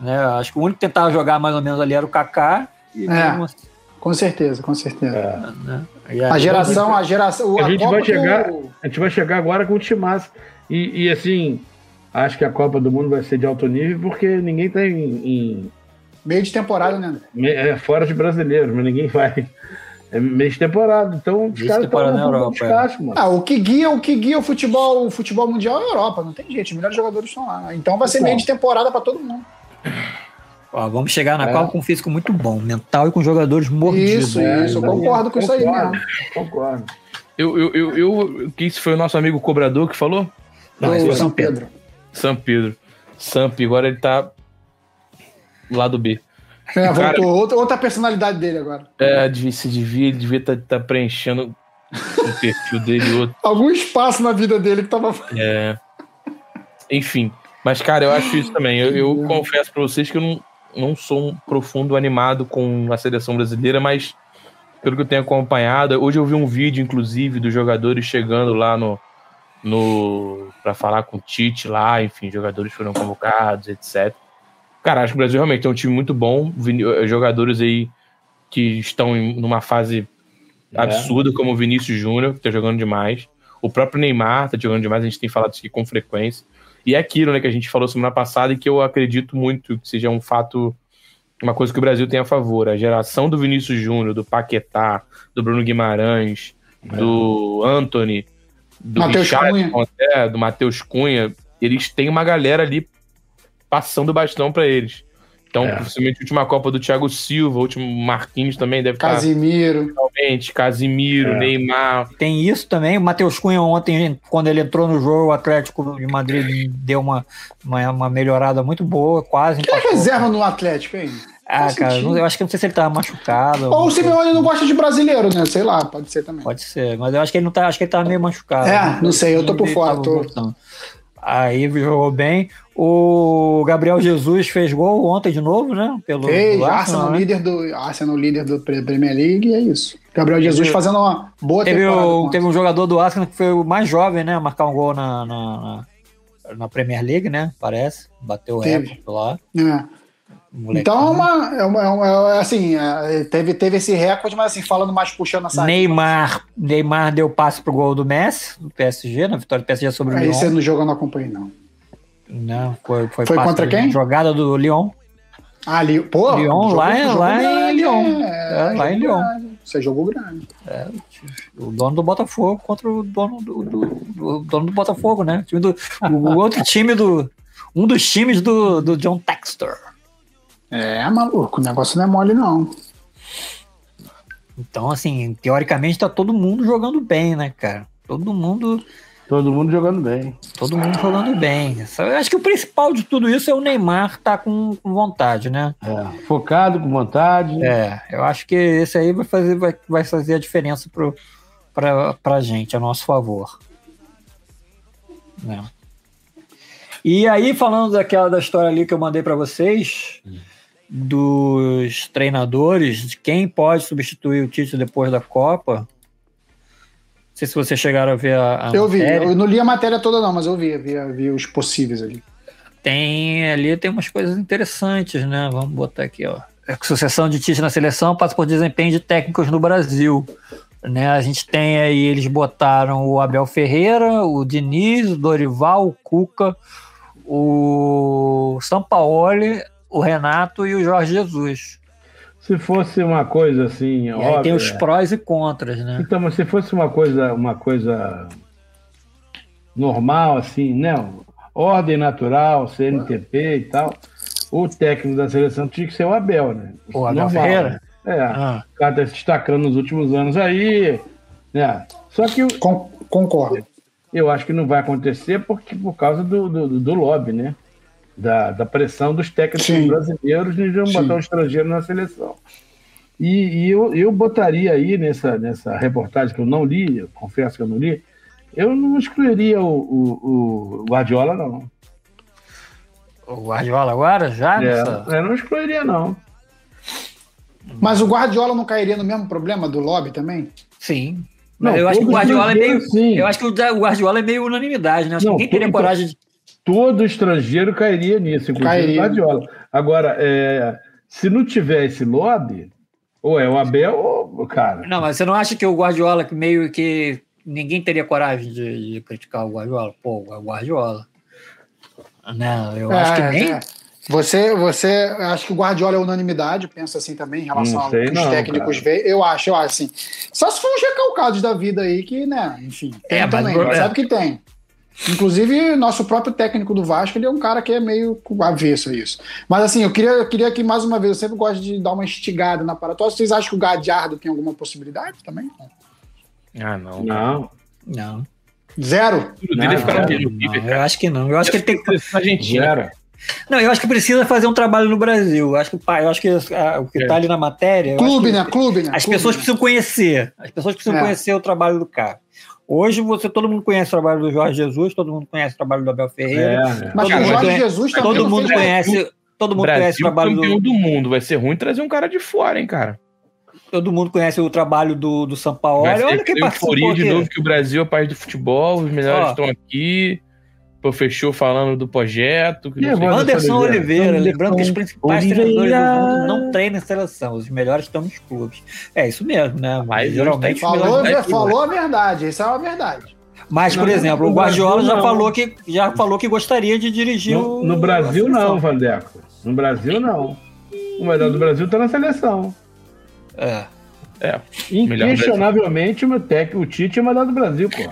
A: né? Acho que o único que tentava jogar mais ou menos ali era o Kaká. E
D: É.
A: mesmo assim,
D: Com certeza, com certeza.
A: né?
D: A geração, a geração.
C: A gente
D: Copa
C: vai
D: do-
C: chegar- A gente vai chegar agora com o timaço. E, e, assim, acho que a Copa do Mundo vai ser de alto nível, porque ninguém tá em- em
D: Meio de temporada, né, André?
C: Me- É, fora de brasileiros, mas ninguém vai. É meio de temporada. Então,
A: Meio
C: os
A: de
C: caras estão
A: temporada na
C: no
A: Europa, é.
C: descasco, mano.
D: Ah, o que guia o que guia o futebol, o futebol mundial é a Europa, não tem jeito, os melhores jogadores estão lá. Então vai ser
C: Então.
D: meio de temporada pra todo mundo.
A: Ó, vamos chegar na
C: É.
A: Copa com um físico muito bom, mental e com jogadores mordidos. Né?
D: Isso,
C: É,
D: isso, eu
C: isso aí.
D: concordo com isso aí né?
C: Concordo.
D: mesmo.
C: Concordo.
B: Eu, eu, eu, eu- que isso foi o nosso amigo cobrador que falou?
A: Não, esse
D: Do
A: foi São Pedro.
B: São Pedro. Samp, agora ele tá lá do B.
D: É, voltou.
B: Cara-
D: outra, outra personalidade dele agora.
B: É, devia- se devia, ele devia estar preenchendo o perfil dele outro.
D: Algum espaço na vida dele que tava.
A: Tá.
B: É. Enfim. Mas, cara, eu acho isso também. Eu, eu
D: Uhum.
B: confesso pra vocês que eu não, não sou um profundo animado com a seleção brasileira, mas pelo que eu tenho acompanhado, hoje eu vi um vídeo, inclusive, dos jogadores chegando lá no. no para falar com o Tite lá, enfim, jogadores foram convocados, etc. Cara, acho que o Brasil realmente tem um time muito bom, Vini- eh, jogadores aí que estão em, numa fase
C: É.
B: absurda, como o Vinícius Júnior, que tá jogando demais. O próprio Neymar tá jogando demais, a gente tem falado isso aqui com frequência. E é aquilo, né, que a gente falou semana passada e que eu acredito muito que seja um fato, uma coisa que o Brasil tem a favor. A geração do Vinícius Júnior, do Paquetá, do Bruno Guimarães, do Anthony, do
D: Matheus
B: Richarlison, até, do Matheus Cunha, eles têm uma galera ali passando o bastão pra eles. Então,
C: É.
B: possivelmente, a última Copa do Thiago Silva, o último Marquinhos também deve estar
D: Casimiro.
B: realmente, Casimiro,
C: É.
B: Neymar.
A: Tem isso também. O Matheus Cunha ontem, quando ele entrou no jogo, o Atlético de Madrid deu uma, uma, uma melhorada muito boa, quase
D: Quem é
A: empatou.
D: reserva no Atlético, hein?
A: Ah,
D: Faz
A: cara,
D: sentido.
A: não- eu acho que não sei se ele tava machucado.
D: Ou o
A: não sei.
D: Simeone não gosta de brasileiro, né? Sei lá, pode ser também.
A: Pode ser, mas eu acho que ele não tá, acho que ele tava meio machucado.
D: É, não sei, eu tô por
A: Ele
D: fora,
A: tava
D: tô-
A: voltando. Aí jogou bem. O Gabriel Jesus fez gol ontem de novo, né? Pelo
D: Fez,
A: pelo
D: Arsenal,
A: né?
D: líder do, Arsenal líder do Pre- Premier League, e é isso. Gabriel Jesus fazendo uma boa
A: Teve,
D: temporada.
A: o-
D: com
A: teve um jogador do Arsenal que foi o mais jovem, né? a Marcar um gol na, na, na- na Premier League, né? Parece. Bateu o
D: Teve.
A: recorde lá. um
D: É.
A: moleque. Uhum.
D: Então é uma, é uma, é uma- é uma- assim, é, teve, teve esse recorde, mas assim, falando mais puxando essa.
A: Neymar. Neymar deu passe pro gol do Messi, do PSG, na vitória do PSG sobre o
D: Aí
A: Lyon.
D: você no jogo eu não acompanhei, não.
A: Não, foi foi,
D: Foi
A: passe
D: contra
A: do-
D: quem?
A: Jogada do Lyon.
D: Ah, ali, pô,
A: Lyon,
D: jogo-
A: lá é-
D: jogo
A: lá em
D: grande,
A: Lyon. É, lá em
D: jogo
A: Lyon.
D: grande. Isso é jogo grande.
A: O dono do Botafogo contra o dono do, do- do- dono do Botafogo, né? O, time do, o outro time do. Um dos times do, do John Textor.
D: É, maluco, o negócio não é mole, não.
A: Então, assim, teoricamente tá todo mundo jogando bem, né, cara? Todo mundo,
C: Todo mundo jogando bem.
A: todo mundo jogando bem. Só- Eu acho que o principal de tudo isso é o Neymar tá com, com vontade, né?
C: É. Focado, com vontade.
A: É, eu acho que esse aí vai fazer, vai, vai fazer a diferença pro, pra, pra gente, a nosso favor. Né? E aí, falando daquela da história ali que eu mandei pra vocês, dos treinadores, de quem pode substituir o Tite depois da Copa. Não sei se vocês chegaram a ver a, a
D: eu vi,
A: matéria.
D: eu não li a matéria toda, não, mas eu vi, vi, vi os possíveis ali.
A: Tem ali tem umas coisas interessantes, né? Vamos botar aqui, ó. A sucessão de Tite na seleção passa por desempenho de técnicos no Brasil. Né? A gente tem aí, eles botaram o Abel Ferreira, o Diniz, o Dorival, o Cuca, o Sampaoli, o Renato e o Jorge Jesus.
C: Se fosse uma coisa assim,
A: E aí tem
C: óbvia.
A: os prós e contras,
C: *laughs*
A: né?
C: Então, mas se fosse uma coisa, uma coisa normal, assim, né? Ordem natural, CNTP e tal, o técnico da seleção tinha que ser o Abel, né?
A: O Abel
C: Normal,
A: Ferreira?
C: né? É,
A: Ah,
C: o cara tá se destacando nos últimos anos aí, né? Só que
D: Con- concordo.
C: eu acho que não vai acontecer porque, por causa do, do, do lobby, né? Da, da pressão dos técnicos
D: Sim.
C: brasileiros de não
D: Sim.
C: botar o estrangeiro na seleção. E, e eu, eu botaria aí nessa, nessa reportagem que eu não li, eu confesso que eu não li, eu não excluiria o, o, o Guardiola, não.
A: o Guardiola agora já? nessa-
C: É, eu não excluiria, não.
A: Uhum.
D: Mas o Guardiola não cairia no mesmo problema do lobby também?
A: Sim.
C: Não,
A: Mas eu acho que o
C: todos
A: Guardiola é meio.
C: brasileiros, sim.
A: Eu acho que o da- o Guardiola é meio unanimidade, né? Acho
C: assim. Não,
A: que ninguém teria
C: todo-
A: coragem de.
C: Todo estrangeiro cairia nisso, inclusive
D: Cairia.
C: o Guardiola. Agora, é, se não tiver esse lobby, ou é o Abel ou o cara.
A: Não, mas você não acha que o Guardiola que meio que. Ninguém teria coragem de, de criticar o Guardiola? Pô, o Guardiola. Não, eu acho que
D: É,
A: nem.
D: é. Você, você acho que o Guardiola é unanimidade, pensa assim também em relação
C: Não sei
D: aos
C: não,
D: técnicos.
C: cara.
D: ve- Eu acho, eu acho assim. Só se for uns recalcados da vida aí que, né, enfim, tem
A: É, mas
D: também,
A: o problema-
D: sabe que tem. Inclusive, nosso próprio técnico do Vasco, ele é um cara que é meio avesso a isso. Mas assim, eu queria, eu queria que, mais uma vez, eu sempre gosto de dar uma instigada na parada. Vocês acham que o Gadiardo tem alguma possibilidade também?
B: Ah, não.
C: Não.
A: Não,
D: Zero?
B: Tudo dele é ficar na
C: Não,
B: Argentina,
A: não,
B: cara.
A: eu acho que não. Eu acho que ele tem que.
B: Na Argentina.
C: Zero.
A: Não, eu acho que precisa fazer um trabalho no Brasil. Eu acho que, pá, eu acho que ah, o que
B: É.
A: está ali na matéria. eu acho
D: Clube,
A: que-
D: né? Clube, né?
A: As
D: Clube,
A: pessoas
D: né?
A: precisam conhecer. As pessoas precisam
D: É.
A: conhecer o trabalho do cara. Hoje você, todo mundo conhece o trabalho do Jorge Jesus, todo mundo conhece o trabalho do Abel Ferreira.
C: É.
D: Mas
A: Todo
D: o
A: mundo
D: Jorge
A: conhece-
D: Jesus também
A: Todo
D: não
A: mundo
D: fez-
A: conhece. Todo mundo conhece o
B: É. Brasil
A: trabalho
B: campeão
A: do.
B: do mundo. Vai ser ruim trazer um cara de fora, hein, cara.
A: Todo mundo conhece o trabalho do, do Sampaoli.
B: Vai ser
A: Olha quem participou
B: euforia de
A: aqui.
B: novo que o Brasil é o país do futebol, os melhores
A: Ó.
B: estão aqui. O fechou falando do projeto. Que não
C: E
B: sei-
C: agora?
A: Anderson Oliveira,
C: Anderson
A: lembrando que os principais
B: Oliveira.
A: treinadores do mundo não treinam em seleção, os melhores estão nos clubes. É isso mesmo, né?
B: Mas
A: Mas, geralmente os
D: Falou, né?
A: melhores-
D: falou a verdade, isso é uma verdade.
A: Mas, por
C: Não,
A: exemplo, o
C: no
A: Guardiola
C: Brasil,
A: já
C: não.
A: falou, que, já falou que gostaria de dirigir
C: No,
A: o-
C: no Brasil,
A: a seleção.
C: não, Vandeco. No Brasil, não. O melhor do Brasil tá na seleção.
A: É.
B: Melhor
C: Inquestionavelmente, o, meu técnico, o Tite é o melhor do Brasil, pô.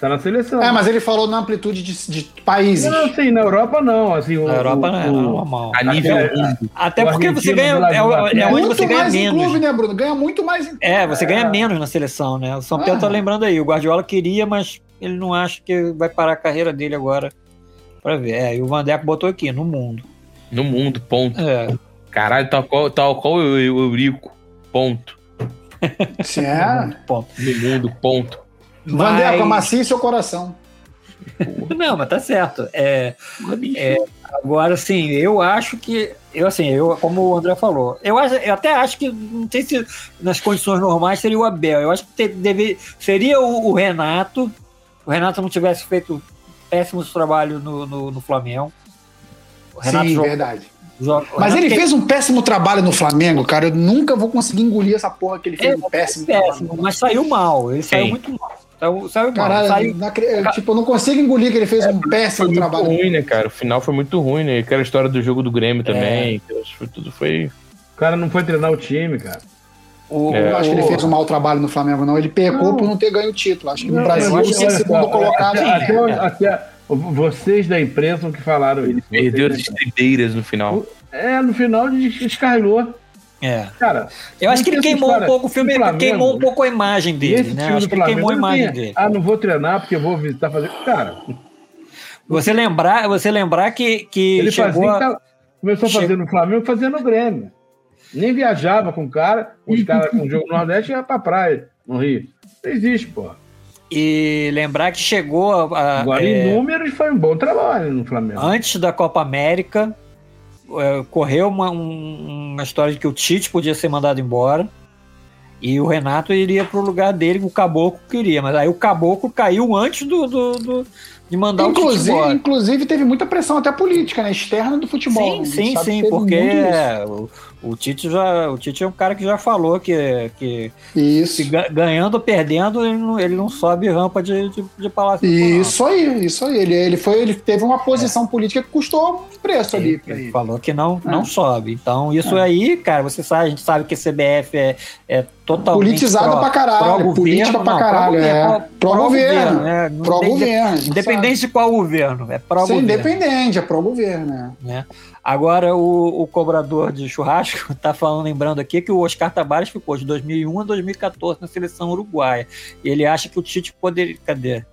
C: Tá na seleção.
D: É, mas ele falou na amplitude de, de países.
C: Não, assim, na Europa não. Assim, o,
A: Na Europa não é, não é
C: o-
A: normal.
B: A nível
C: É.
B: mundo.
A: Até
C: o
A: porque você
C: argentino,
A: ganha.
C: o
A: É, o- é
C: brasileiro.
A: onde você ganha
D: mais em
A: menos.
D: clube, né, Bruno? Ganha muito mais em
A: É, você ganha menos na seleção, né? O São Paulo tá
D: Ah.
A: lembrando aí. O Guardiola queria, mas ele não acha que vai parar a carreira dele agora pra ver. É, e o Vandeco botou aqui, no mundo.
B: No mundo, ponto.
A: É.
B: Caralho, tal qual, tal qual eu, eu, Eurico. Ponto.
D: Sim, é.
A: Bom,
B: No mundo, ponto.
D: Vandeco,
A: mas...
D: amacia seu coração.
A: Não, mas tá certo. É, é, agora, assim, eu acho que. Eu, assim, eu, como o André falou, eu, acho, eu até acho que, não sei se nas condições normais seria o Abel. Eu acho que te- deve, seria o, o Renato. O Renato não tivesse feito péssimos trabalhos no, no, no Flamengo. O Renato
D: Sim,
A: jogou-
D: verdade.
A: joga- o
D: Mas
A: Renato
D: ele
A: que-
D: fez um péssimo trabalho no Flamengo, cara. Eu nunca vou conseguir engolir essa porra que ele fez.
A: É,
D: um péssimo,
A: péssimo, mas saiu mal. Ele saiu
B: Sim.
A: muito mal. Saiu, saiu mal. Saiu,
D: trabalho. Caralho, não acre- eu, tipo, eu não consigo engolir que ele fez um
B: Foi
D: péssimo
B: muito
D: trabalho.
B: ruim, né, cara? O final foi muito ruim, né? Aquela história do jogo do
A: É.
B: Grêmio também. que Foi, tudo foi.
C: O cara não foi treinar o time, cara.
A: o,
D: Eu
B: É.
D: não acho que ele fez um mau trabalho no Flamengo, não. Ele pecou por não ter ganho o título. Acho que no
C: Não,
D: Brasil
C: mas
D: ele
C: olha
D: ser segundo
C: só,
D: colocado.
C: Até,
D: é-
C: até- até- vocês da imprensa o que falaram isso.
B: Perdeu as
C: Vocês da
B: estribeiras no final.
C: imprensa. É, no final des- descarrilou.
A: é.
C: Cara,
A: Eu acho que ele
C: Porque
A: queimou
C: essa
A: um
C: história
A: pouco o filme,
C: do Flamengo-
A: queimou um pouco a imagem dele,
C: esse
A: né?
C: time
A: Acho
C: do
A: que ele queimou
C: Flamengo
A: a
C: não
A: imagem
C: tem.
A: dele.
C: Ah, não vou treinar porque eu vou visitar fazer. Cara,
A: Você lembrar, você lembrar que, que
C: Ele
A: chegou
C: fazia,
A: a-
C: que tá- começou a
A: chegou-
C: fazer no Flamengo, fazia no Grêmio. Nem viajava com o cara, os caras com o jogo no Nordeste ia pra praia, no Rio. Não existe, pô.
A: e lembrar que chegou a, a-
C: Agora,
A: é, Ah,
C: em números, foi um bom trabalho no Flamengo.
A: antes da Copa América é, correu uma, um- uma história de que o Tite podia ser mandado embora e o Renato iria pro lugar dele que o Caboclo queria, mas aí o Caboclo caiu antes do, do- do- de mandar o Tite
D: Inclusive,
A: embora.
D: inclusive, teve muita pressão até política, né? Externa do futebol.
A: Sim,
D: né? A gente
A: sim,
D: sabe que
A: sim,
D: teve
A: porque
D: muito isso.
A: é, o, o Tite já, o Tite é um cara que já falou que, que se
D: Isso.
A: ga- ganhando ou perdendo, ele não, ele não sobe rampa de, de, de palácio.
D: Isso aí, isso aí. Ele, ele, foi, ele teve uma posição política que custou um preço
A: Não.
D: ali
A: Ele,
D: pra ele.
A: falou que não,
D: É.
A: não sobe. Então, isso
D: Ah.
A: aí, cara, você sabe, a gente sabe que a CBF é, é totalmente.
D: Politizada pra caralho,
A: pró-governo,
D: política pra
A: não,
D: caralho.
A: pró-governo,
D: é. Pró-governo.
A: né? Não tem-
D: Pró-governo. sabe?
A: Independente de qual governo, é
D: Isso é
A: pró-governo.
D: independente, é pró-governo. né?
A: Agora, o, o cobrador de churrasco *laughs* tá falando, lembrando aqui, que o Oscar Tabares ficou de 2001 a 2014 na seleção uruguaia. E ele acha que o Tite poderia. Cadê?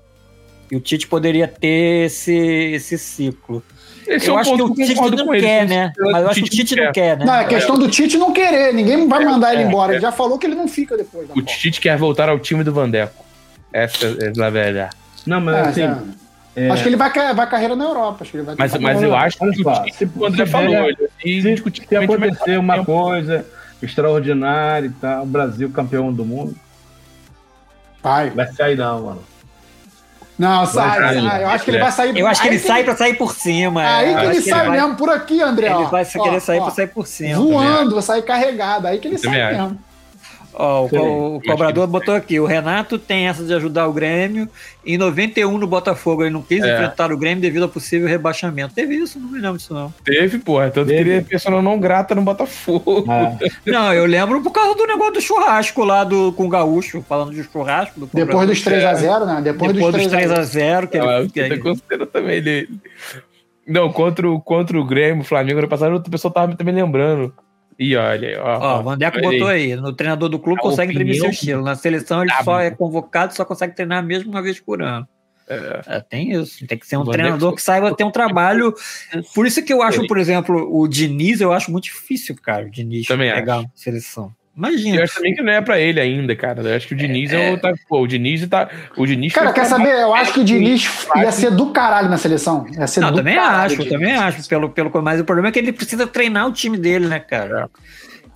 A: E o Tite poderia ter esse, esse ciclo.
B: Esse
A: eu
B: é um
A: acho que
B: ponto
A: o
B: que eu
A: Tite
B: concordo
A: não
B: com ele.
A: quer,
B: Esse-
A: né?
B: eu
A: Mas eu acho que o Tite não quer, né?
D: Não, é questão do Tite não querer. Ninguém vai mandar ele
B: é,
D: embora.
B: é.
D: Ele já falou que ele não fica depois da
B: O
D: Copa.
B: Tite quer voltar ao time do Vandeco. Essa é a velha.
C: Não, mas
D: É,
C: assim.
D: é.
C: é,
D: Acho que ele vai, ca- vai carreira na Europa. Acho que ele vai
B: Mas,
D: tentar-
B: mas eu acho que o
C: Olha só,
B: Tite,
C: se-
B: o André
C: se
B: falou,
C: der-
B: ele
A: é
C: se- se
B: indiscutivelmente
C: acontecer
B: melhor
C: uma
D: um
B: tempo.
C: coisa extraordinária e tal, o Brasil campeão do mundo,
D: Vai.
C: vai sair não, mano.
D: Não, sai,
B: sair.
D: sai. Eu acho que ele vai sair.
A: Eu acho que
D: aí
A: ele sai pra sair por cima.
D: Aí
A: eu
D: que
A: acho
D: ele sai
A: vai-
D: mesmo por aqui, André.
A: Ele
D: ó.
A: vai
D: Ó,
A: querer sair
D: ó.
A: pra sair por cima.
D: Voando, vai sair carregado. Aí que ele
B: Também
D: sai
B: acho.
D: mesmo.
A: Ó, o, co-
C: Excelente.
A: o cobrador botou aqui. O Renato tem essa de ajudar o Grêmio. Em 91, no Botafogo, ele não quis
B: É.
A: enfrentar o Grêmio devido ao possível rebaixamento. Teve isso? Não me lembro disso, não.
B: Teve, porra. Tanto que
C: Teve.
B: ele é persona não grata no Botafogo.
C: *laughs* Ah,
A: Não, eu lembro por causa do negócio do churrasco lá do, com o Gaúcho, falando de churrasco. Do
D: Depois dos 3x0, né? Depois,
A: depois dos
D: 3 a
A: 3x0.
D: 0.
A: Que
B: Ah,
A: ele, que é
B: você
A: ele-
B: considera também dele. Não, contra o, contra o Grêmio, o Flamengo, ano passado, outra pessoa tava também lembrando. E olha, aí, ó.
A: Ó, o Vandeco
B: Olha aí.
A: botou aí. No treinador do clube
B: A
A: consegue imprimir seu
B: opinião-
A: estilo. Na seleção ele
B: Tá
A: só
B: bom.
A: é convocado, só consegue treinar mesmo uma vez por ano. É, tem isso. Tem que ser um
B: O Vandeco-
A: treinador que saiba ter um trabalho. Por isso que eu acho, por exemplo, o Diniz, eu acho muito difícil, cara, o Diniz
B: Também
A: pegar uma seleção.
B: Eu
A: Imagina.
B: acho também que não é pra ele ainda, cara. Eu acho que o Diniz é, o. Tá, pô, o Diniz tá. O Diniz
D: Cara,
B: tá-
D: quer saber? Eu acho que o Diniz ia ser do caralho na seleção. Ia ser
B: tá
A: Não,
D: do
A: também
D: caralho,
A: acho,
D: Diniz.
A: também acho. Pelo, pelo, mas o problema é que ele precisa treinar o time dele, né, cara?
B: É.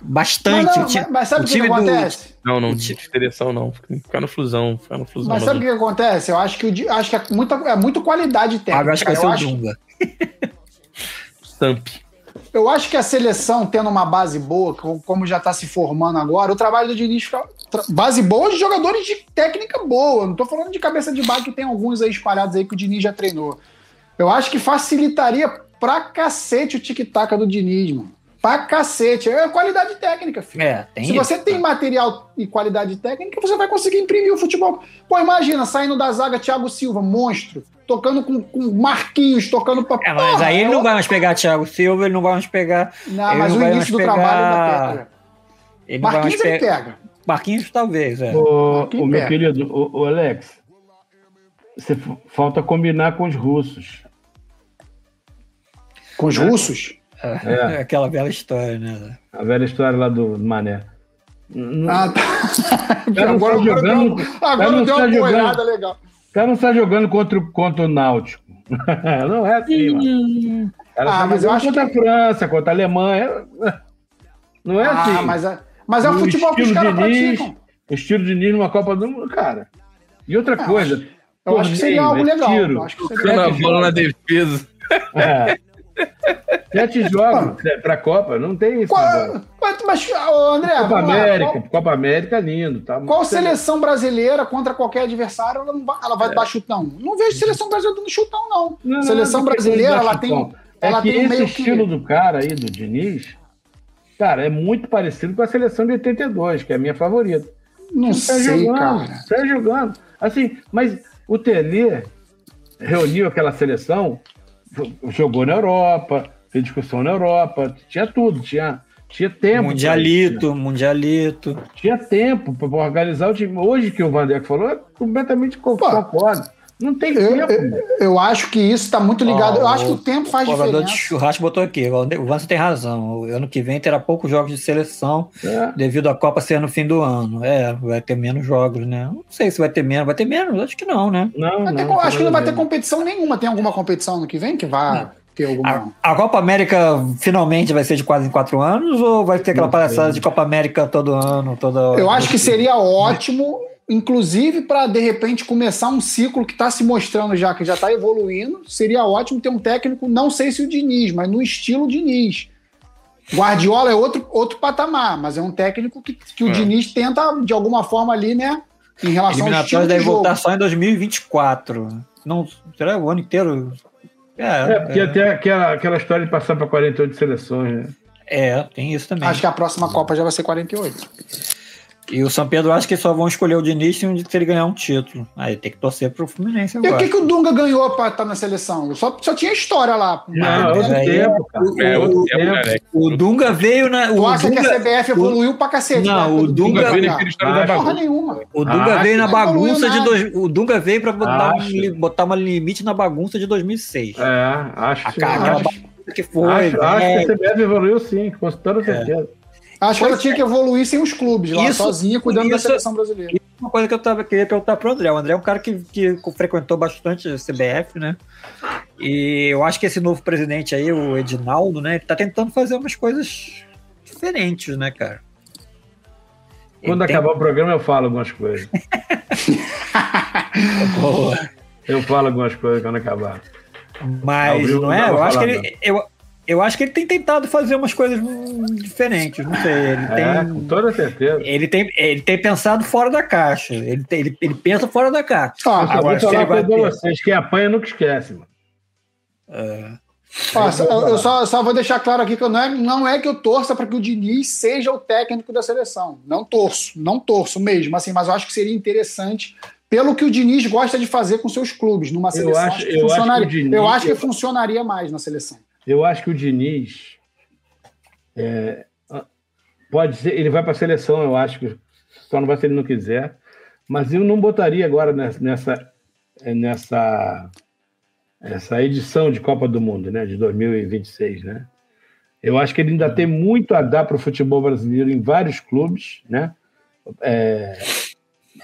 D: Mas,
A: Bastante.
D: não,
A: o time-
D: mas- mas sabe
A: o
D: o que, que
A: time do-
D: acontece?
B: Não, não, de direção não. Ficar no flusão, ficar no flusão.
D: Mas
B: Mas
D: sabe o que, que acontece? Eu acho que, o Di- acho que é, muita, é muito qualidade técnica.
A: Fábio, acho que vai
D: Eu
A: ser o
D: acho-
A: Dunga.
B: Stamp.
D: Eu acho que a seleção tendo uma base boa, co- como já está se formando agora, o trabalho do Diniz fica- tra- base boa de jogadores de técnica boa. Não tô falando de cabeça de bar que tem alguns aí espalhados aí que o Diniz já treinou. Eu acho que facilitaria pra cacete o tic-tac do Diniz, mano. Pra cacete. É qualidade técnica, filho.
A: É, tem
D: Se
A: isso,
D: você tem material e qualidade técnica, você vai conseguir imprimir o futebol. Pô, imagina, saindo da zaga, Thiago Silva, monstro, tocando com, com Marquinhos, tocando pra.
A: É, mas
D: Porra, um
A: aí ele não
D: eu-
A: vai mais pegar Thiago Silva, ele não vai mais pegar.
D: Não,
A: ele
D: mas
A: não
D: o
A: vai
D: início do
A: mais
D: trabalho
A: pegar-
D: ainda pega.
A: Ele não vai mais
D: Marquinhos ele
A: pegar.
D: pega.
A: Marquinhos, talvez, é.
C: o,
D: Quem
C: o meu
D: pega?
C: querido, o, o Alex, você f- falta combinar com os russos.
D: Com os russos?
C: É.
A: *laughs* Aquela bela história, né?
C: A velha história lá do Mané. N-
D: Ah,
C: *laughs*
D: tá.
C: Cara, não
D: agora
C: tá
D: agora
C: jogando-
D: deu, agora
C: não
D: deu
C: tá
D: uma
C: jogando.
D: boiada legal.
C: O cara não está jogando contra, o- contra o Náutico. *laughs* não é assim, mano. O cara
D: Ah,
C: tá
D: mas
C: jogando
D: eu acho
C: contra
D: que-
C: a França, contra a Alemanha. *laughs* Não é assim.
D: Ah, mas é, mas é o
C: No
D: futebol que os
C: estilo
D: caras
C: Diniz,
D: praticam.
C: O estilo de Nino numa Copa do Mundo, cara. E outra
D: Ah,
C: coisa.
D: Eu acho que seria
C: torneio,
D: algo
C: é
D: legal.
C: tiro.
D: Eu acho que seria...
C: Sete
B: Tocando a bola
C: jogos.
B: na defesa.
C: É. *laughs* Sete jogos é, pra Copa, não tem isso.
D: Qual,
C: agora.
D: mas, mas, ô, André,
C: Copa
D: vamos lá,
C: América,
D: qual-
C: Copa América lindo. Tá
D: Qual, seleção brasileira contra qualquer adversário ela, não vai, ela vai dar chutão? Não vejo seleção brasileira dando chutão, não.
C: É. Não, não,
D: seleção
C: não tem
D: brasileira,
C: como dar
D: ela tem,
C: chutão. É
D: ela
C: que
D: tem um
C: esse
D: meio que.
C: estilo do cara aí, do Diniz, cara, é muito parecido com a seleção de 82, que é a minha favorita.
D: Não
C: Sai
D: sei,
C: jogando,
D: cara.
C: sai jogando. Assim, mas o Tele reuniu aquela seleção, jo- jogou na Europa, fez discussão na Europa, tinha tudo, tinha, tinha tempo.
A: mundialito, mundialito.
C: Tinha tempo para organizar o time. Hoje que o Vandeco falou, é completamente co-
D: Pô,
C: concordo. Não tem
D: eu-
C: tempo.
D: eu-
C: mano.
D: Eu acho que isso está muito ligado. eu acho que o tempo faz
A: O cobrador
D: diferença.
A: de churrasco botou aqui. O Vanso tem razão. O Ano que vem terá poucos jogos de seleção
C: É.
A: devido à Copa ser no fim do ano. É, vai ter menos jogos, né? Não sei se vai ter menos. Vai ter menos? Acho que não, né?
C: Não,
D: Vai ter-
C: não,
D: acho que não vai ter
C: tudo bem.
D: competição nenhuma. Tem alguma competição ano que vem que vai ter
A: A,
D: alguma.
A: a Copa América finalmente vai ser de quase em quatro anos ou vai ter aquela
C: Não
A: palhaçada
C: sei.
A: de Copa América todo ano? Toda...
D: Eu acho que seria ótimo, inclusive para de repente começar um ciclo que está se mostrando já, que já está evoluindo. Seria ótimo ter um técnico, não sei se o Diniz, mas no estilo Diniz. Guardiola é outro, outro patamar, mas é um técnico que, que o
B: É.
D: Diniz tenta, de alguma forma, ali, né? Em relação ao estilo
A: Eliminatórias
D: de
A: deve
D: jogo.
A: voltar só em 2024. Não, será o ano inteiro? É,
C: É, porque
A: é,
C: até aquela, aquela história de passar para 48 seleções, né?
A: é, tem isso também.
D: Acho que a próxima Copa já vai ser 48.
A: E o São Pedro acha que só vão escolher o Diniz se ele ganhar um título. Aí tem que torcer pro Fluminense
D: E
A: agora.
D: o que, que o Dunga ganhou para estar na seleção? Só, só tinha história lá.
C: Não, é outro
A: aí-
C: tempo, cara.
B: É, outro
A: o, um
B: tempo,
C: eu-
B: cara.
A: o Dunga veio na. O
D: Tu acha
A: Dunga,
D: que a CBF evoluiu pra cacete?
A: Não,
D: né,
A: o
D: quando
A: Dunga
B: Nunca vi
D: veio,
B: naquela
D: cara?
B: história da
C: Acho-
D: Porra
B: bagunça.
D: nenhuma.
A: o Dunga
C: Ah,
A: veio na
D: não evoluiu
A: bagunça de
D: nada.
A: dois, O Dunga veio pra botar, um
C: Acho.
A: li- botar uma limite na bagunça de 2006.
C: É, acho,
A: A
C: que-
A: cara, aquela
C: acho,
A: bagunça que foi.
C: É. acho- acho
A: né?
C: que a CBF evoluiu sim, com toda certeza.
D: Acho que ela tinha que
C: é.
D: evoluir sem os clubes, lá
A: Isso-
D: sozinha, cuidando da
A: isso-
D: seleção brasileira.
A: Uma coisa que eu tava, queria perguntar pro André. O André é um cara que, que frequentou bastante a CBF, né? E eu acho que esse novo presidente aí, o Edinaldo, né? Ele tá tentando fazer umas coisas diferentes, né, cara? Ele
C: Quando
A: É. tem-
C: acabar o programa, eu falo algumas coisas.
A: Boa.
C: Eu falo algumas coisas quando acabar.
A: Mas
C: Não, eu
A: não é?
C: não vou
A: Eu acho que
C: falar
A: ele. Eu, Eu acho que ele tem tentado fazer umas coisas hum, diferentes, não sei. Ele
C: É,
A: tem,
C: com toda certeza.
A: ele tem, ele tem pensado fora da caixa. Ele, tem- ele, ele pensa fora da caixa.
D: Ó,
C: Eu
A: agora
C: vou
A: se
C: falar
A: ele vai
C: pra
A: ter-
C: vocês, quem apanha nunca esquece, mano.
D: ó, só- eu só, só vou deixar claro aqui que eu não, é, não é que eu torça para que o Diniz seja o técnico da seleção. Não torço, não torço mesmo, assim, mas eu acho que seria interessante pelo que o Diniz gosta de fazer com seus clubes numa seleção.
C: acho- eu acho que o
D: funcionaria,
C: Diniz- é-
D: eu acho que funcionaria mais na seleção.
C: Eu acho que o Diniz é, a- pode ser, ele vai para a seleção, eu acho que só não vai se ele não quiser. Mas eu não botaria agora nessa nessa é, nessa essa edição de Copa do Mundo, né, de 2026, né? Eu acho que ele
D: É.
C: ainda tem muito a dar para o futebol brasileiro em vários clubes, né? É,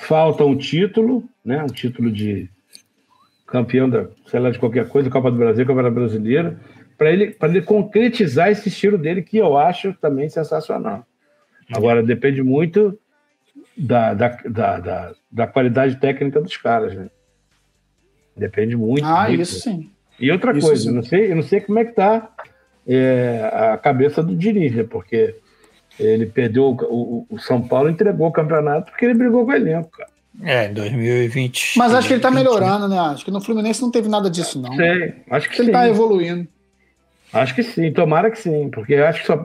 C: falta um título, né? Um título de campeão da, sei lá, de qualquer coisa, Copa do Brasil, Copa Brasileira para ele, pra ele concretizar esse estilo dele, que eu acho também sensacional.
D: Uhum.
C: Agora, depende muito da, da, da, da, da qualidade técnica dos caras, né? Depende muito.
D: Ah,
C: é muito.
D: isso sim.
C: E outra
D: isso
C: coisa,
D: sim.
C: eu não, sei, eu não sei como é que tá é, a cabeça do Diniz, né? Porque ele perdeu, o, o, o São Paulo entregou o campeonato porque ele brigou com o elenco, cara.
A: É, em 2020.
D: Mas acho que ele tá
A: um.
D: melhorando, né? Acho que no Fluminense não teve nada disso, não.
C: Não sei, acho que
D: Acho que ele
C: sim.
D: tá evoluindo.
C: Acho que sim, tomara que sim, porque eu acho que só.